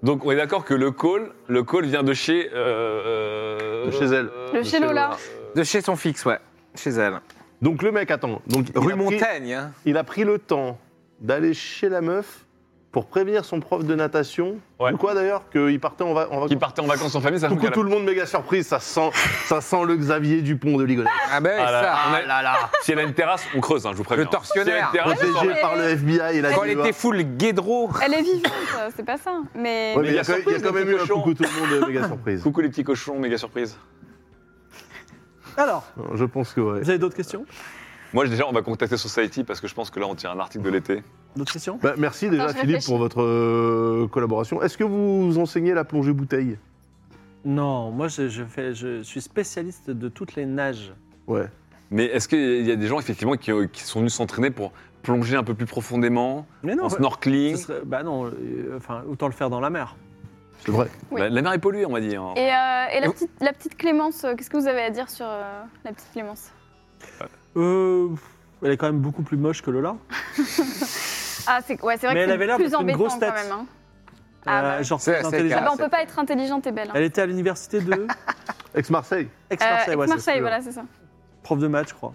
Donc on est d'accord que le call, le call vient de chez. euh, De chez elle. euh, Le chez Lola. De chez son fixe, ouais. Chez elle. Donc le mec, attends. Donc, il Rue a pris- Montaigne. hein. il a pris le temps d'aller chez la meuf pour prévenir son prof de natation. Ouais. De quoi d'ailleurs Qu'il partait en, va- en Qui vacances. partait en vacances en famille, Du sachant coup, qu'elle a- tout le monde méga surprise, ça sent, ça sent le Xavier Dupont de Ligonnès. Ah ben oui, Ah là, ça. on a- Si elle a une terrasse, on creuse, hein, je vous préviens. Le tortionnaire. Si elle a une terrasse, Ouais, non, Protégé mais- par le FBI et la Quand elle DEA. était full guédro. Elle est vivante, c'est pas ça. Mais Ouais, mais il y a, quand- Méga il y a surprise, quand même le eu un cochon. coucou tout le monde euh, méga surprise. Coucou les petits cochons, méga surprise. Alors, Je pense que ouais. vous avez d'autres questions Moi déjà, on va contacter Society parce que je pense que là, on tient un article de l'été. D'autres questions Bah, merci déjà Attends, je Philippe réfléchis. pour votre euh, collaboration. Est-ce que vous enseignez la plongée bouteille Non, moi je, je fais, je suis spécialiste de toutes les nages. Ouais. Mais est-ce qu'il y a des gens effectivement qui, euh, qui sont venus s'entraîner pour plonger un peu plus profondément, Mais non, en ce snorkeling serait- bah non, euh, enfin autant le faire dans la mer. C'est vrai. Oui. Bah, La mer est polluée, on va dire. hein. Et, euh, et la, petite, la petite Clémence, euh, qu'est-ce que vous avez à dire sur euh, la petite Clémence Euh, elle est quand même beaucoup plus moche que Lola. Ah, c'est ouais, c'est Mais vrai que elle avait l'air c'est plus d'être une embêtant grosse tête. Euh, quand même. hein. Ah bah. genre C'est- très c'est Ah intelligente. bah, on peut pas être intelligente et belle. hein. Elle était à l'université de Ex-Marseille Aix-Marseille, Euh, ouais, c'est Marseille, sûr. voilà, c'est ça. prof de maths, je crois.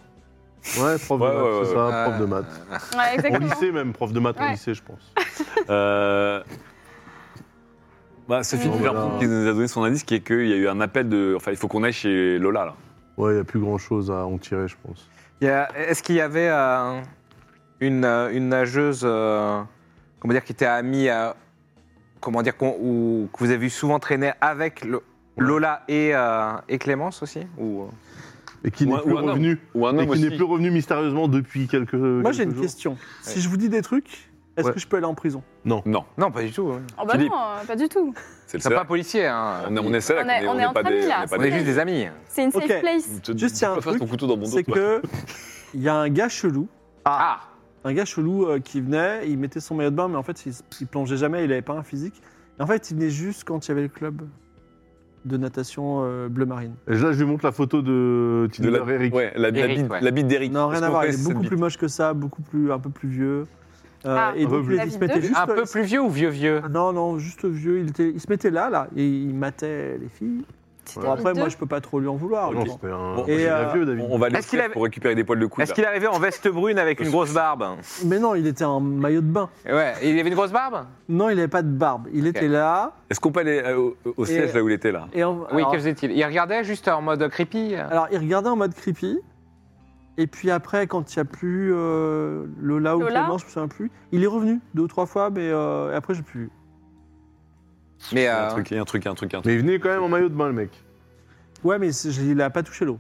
Ouais, prof Ouais, de maths, ouais, c'est ouais, ça, ouais. prof de maths. Ouais, Au exactement. lycée même, prof de maths au Ouais. lycée, je pense. Euh... Bah, Sophie Oh, j'ai voilà. l'impression qui nous a donné son indice, qui est qu'il y a eu un appel de. Enfin, il faut qu'on aille chez Lola, là. Ouais, il n'y a plus grand chose à en tirer, je pense. Il y a- Est-ce qu'il y avait euh, une, euh, une nageuse euh, comment dire, qui était amie, euh, comment dire, qu'on- ou que vous avez vu souvent traîner avec Lo- Lola et, euh, et Clémence aussi ou, euh, Et qui Ou n'est un- plus ou un homme. revenu. Ou un Et homme qui aussi. n'est plus revenu mystérieusement depuis quelques. Moi j'ai une question. Si je vous dis des trucs, est-ce Ouais. que je peux aller en prison Non, Non, pas du tout. hein. Oh bah Philippe. non, euh, pas du tout. c'est le C'est pas seul. policier. hein. On est, on est On celle est- on est pas entre amis, des. là. on est pas On des- est juste des amis. C'est une safe Ok. place. Tu- Juste, il y a tu un peux faire ton truc, couteau dans mon dos, C'est toi. que il y a un gars chelou. Ah. Un gars chelou euh, qui venait, il mettait son maillot de bain, mais en fait, il, s- il plongeait jamais, il avait pas un physique. Et en fait, il venait juste quand il y avait le club de natation euh, bleu marine. Et là, je lui montre la photo de Tinder De la- Eric. Ouais, la, la Eric, bite- ouais. la bite d'Eric. Non, Est-ce rien à qu'on voir, fait il est cette beaucoup bite plus moche que ça, beaucoup plus, un peu plus vieux. Euh, Ah, et un peu donc, vieux. il, il se mettait David juste. euh, Un peu plus vieux ou vieux vieux Non, non, juste vieux. Il, était- il se mettait là, là, et il matait les filles. Bon, après, moi, je peux pas trop lui en vouloir. Non, mais- c'était un, Bon, c'est un euh, vieux, On David. on va le Est-ce qu'il faire avait- pour récupérer des poils de couille. Est-ce qu'il est arrivé en veste brune avec une grosse barbe Mais non, il était en maillot de bain. Ouais, il avait une grosse barbe Non, il avait pas de barbe. Il était là. Est-ce qu'on peut aller euh, au, au siège là où il était là Et en- Oui, alors, que faisait-il Il regardait juste en mode creepy alors, il regardait en mode creepy. Et puis après, quand il n'y a plus euh, Lola ou Lola Clément, je me souviens plus, il est revenu deux ou trois fois, mais euh, et après, j'ai plus. vu. Mais Il y a euh, un truc, il y a un truc, il y a un truc, il y a un truc. Mais il venait quand même en maillot de bain, le mec. Ouais, mais c'est- il a pas touché l'eau.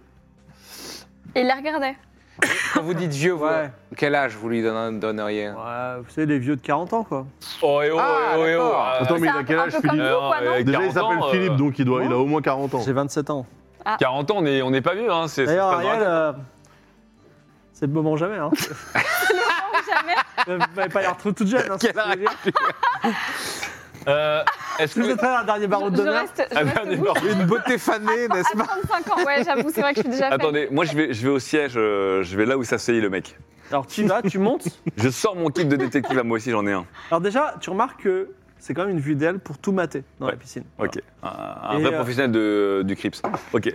Et il la regardait. Quand vous dites vieux, vous, Ouais. quel âge vous lui donne- donneriez Ouais, vous savez, les vieux de 40 ans, quoi. Oh, et oh, Ah, eh oh, eh oh. d'accord. euh, Attends, mais C'est il a un- quel un âge, peu Philippe comme nous, quoi, non Ah, euh, Déjà, il 40 s'appelle ans, Philippe, euh, donc il, doit, il a au moins 40 ans. J'ai 27 ans. 40 ans, on est- on n'est pas vieux, hein. c'est- c'est D'ailleurs, pas Ariel, grave. euh, c'est le moment jamais. Hein. Jamais. Vous n'avez pas l'air trop toute jeune. Hein, c'est ce que je veux dire. Euh, Est-ce Vous que. êtes pas la dernière barreau Je, de je d'honneur. reste, je Ah, reste merde, debout. d'accord. une beauté fanée, n'est-ce À pas 35 ans, ouais, j'avoue, c'est vrai que je suis déjà faite. Attendez, moi je vais, je vais au siège, euh, je vais là où s'asseyait le mec. Alors tu vas, tu montes. Je sors mon kit de détective, là, moi aussi j'en ai un. Alors déjà, tu remarques que c'est quand même une vue idéale pour tout mater dans la Ouais. piscine. Ok. Un, un Ah. Et, vrai euh, professionnel de, du Crips. Ok.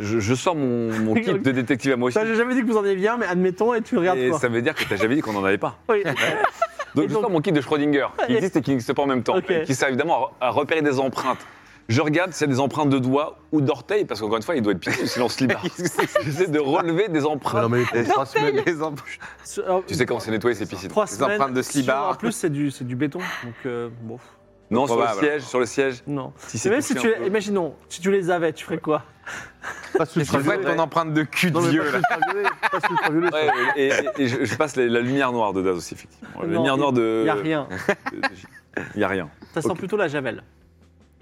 Je, je sors mon, mon kit de détective à moi aussi. Ça, j'ai jamais dit que vous en aviez bien, mais admettons, et tu le regardes Et quoi. ça veut dire que t'as jamais dit qu'on en avait pas. Oui. Donc, Et je donc- sors mon kit de Schrödinger, qui Et- existe et qui n'existe pas en même temps, Ok. et qui sert évidemment à, à repérer des empreintes. Je regarde s'il y a des empreintes de doigts ou d'orteils, parce qu'encore une fois, il doit être piqué, sinon on se libère. J'essaie de relever des empreintes. Non, mais il trois ah, semaines. Les em- Sur- alors, Tu sais quand on s'est nettoyé ces piscines Trois les semaines. empreintes de sur- slibard. En plus, c'est du, c'est du béton, donc euh, bon, Non, sur le Probable. siège, sur le siège. non. Si Et c'est même si touché tu, un peu. les- imaginons, si tu les avais, tu ferais quoi Pas sous Et tu vois ultraviolet. ton empreinte de cul de Non, mais vieux, pas sous là. ultraviolet, pas sous ultraviolet. Ouais, et, et- et je, je passe les- la lumière noire de Daz aussi, effectivement. La Non, lumière noire de. Il y a rien. Il y a rien. Ça sent Ok. plutôt la javel.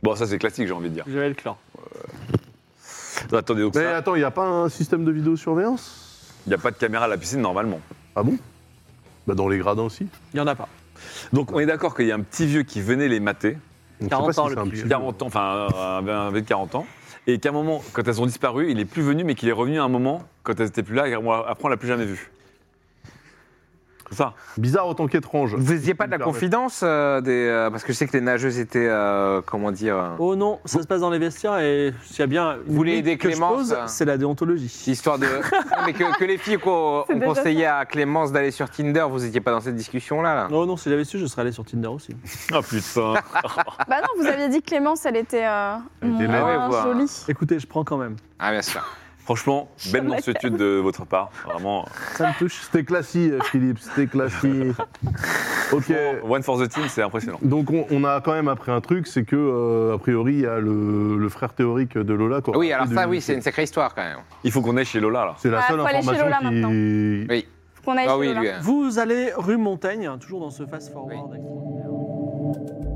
Bon, ça c'est classique, j'ai envie de dire. Javel clan. Attendez, donc Mais ça, attends, il n'y a pas un système de vidéosurveillance il n'y a pas de caméra à la piscine normalement. Ah bon Bah dans les gradins aussi. Il y en a pas. Donc on est d'accord qu'il y a un petit vieux qui venait les mater, Donc, 40 je sais ans, pas si le c'est un plus petit vieux. 40 ans, enfin un un vieux de 40 ans, et qu'à un moment, quand elles ont disparu, il est plus venu, mais qu'il est revenu à un moment, quand elles n'étaient plus là, et après on l'a plus jamais vu. C'est Ça. Bizarre autant qu'étrange. Vous n'ayez pas de la Je me permets. confidence euh, des, euh, Parce que je sais que les nageuses étaient, euh, comment dire, euh, Oh non, ça se passe dans les vestiaires et s'il y a bien une Vous voulez limite aider que je Clémence, pose, hein c'est la déontologie. histoire de... Non, mais que, que les filles qu'on C'est ont déjà conseillé à Clémence d'aller sur Tinder, vous n'étiez pas dans cette discussion-là. là. Oh non, si j'avais su, je serais allé sur Tinder aussi. Oh putain. Bah non, vous aviez dit que Clémence, elle était euh, Elle était laide. moins Ouais, ouais. jolie. Écoutez, je prends quand même. Ah, bien sûr. Franchement, belle mansuétude de votre part. Vraiment. Ça me touche. C'était classique, euh, Philippe, c'était classique. ok. One for the team, c'est impressionnant. Donc on, on a quand même appris un truc, c'est que euh, a priori il y a le, le frère théorique de Lola. quoi. Oui, alors De- ça, oui, c'est une sacrée histoire quand même. Il faut qu'on aille chez Lola là. C'est la Ah, seule faut aller chez information Lola maintenant. qui. Oui. Faut Qu'on aille Ah chez oui, Lola. lui. hein. Vous allez rue Montaigne, hein, toujours dans ce fast-forward extraordinaire.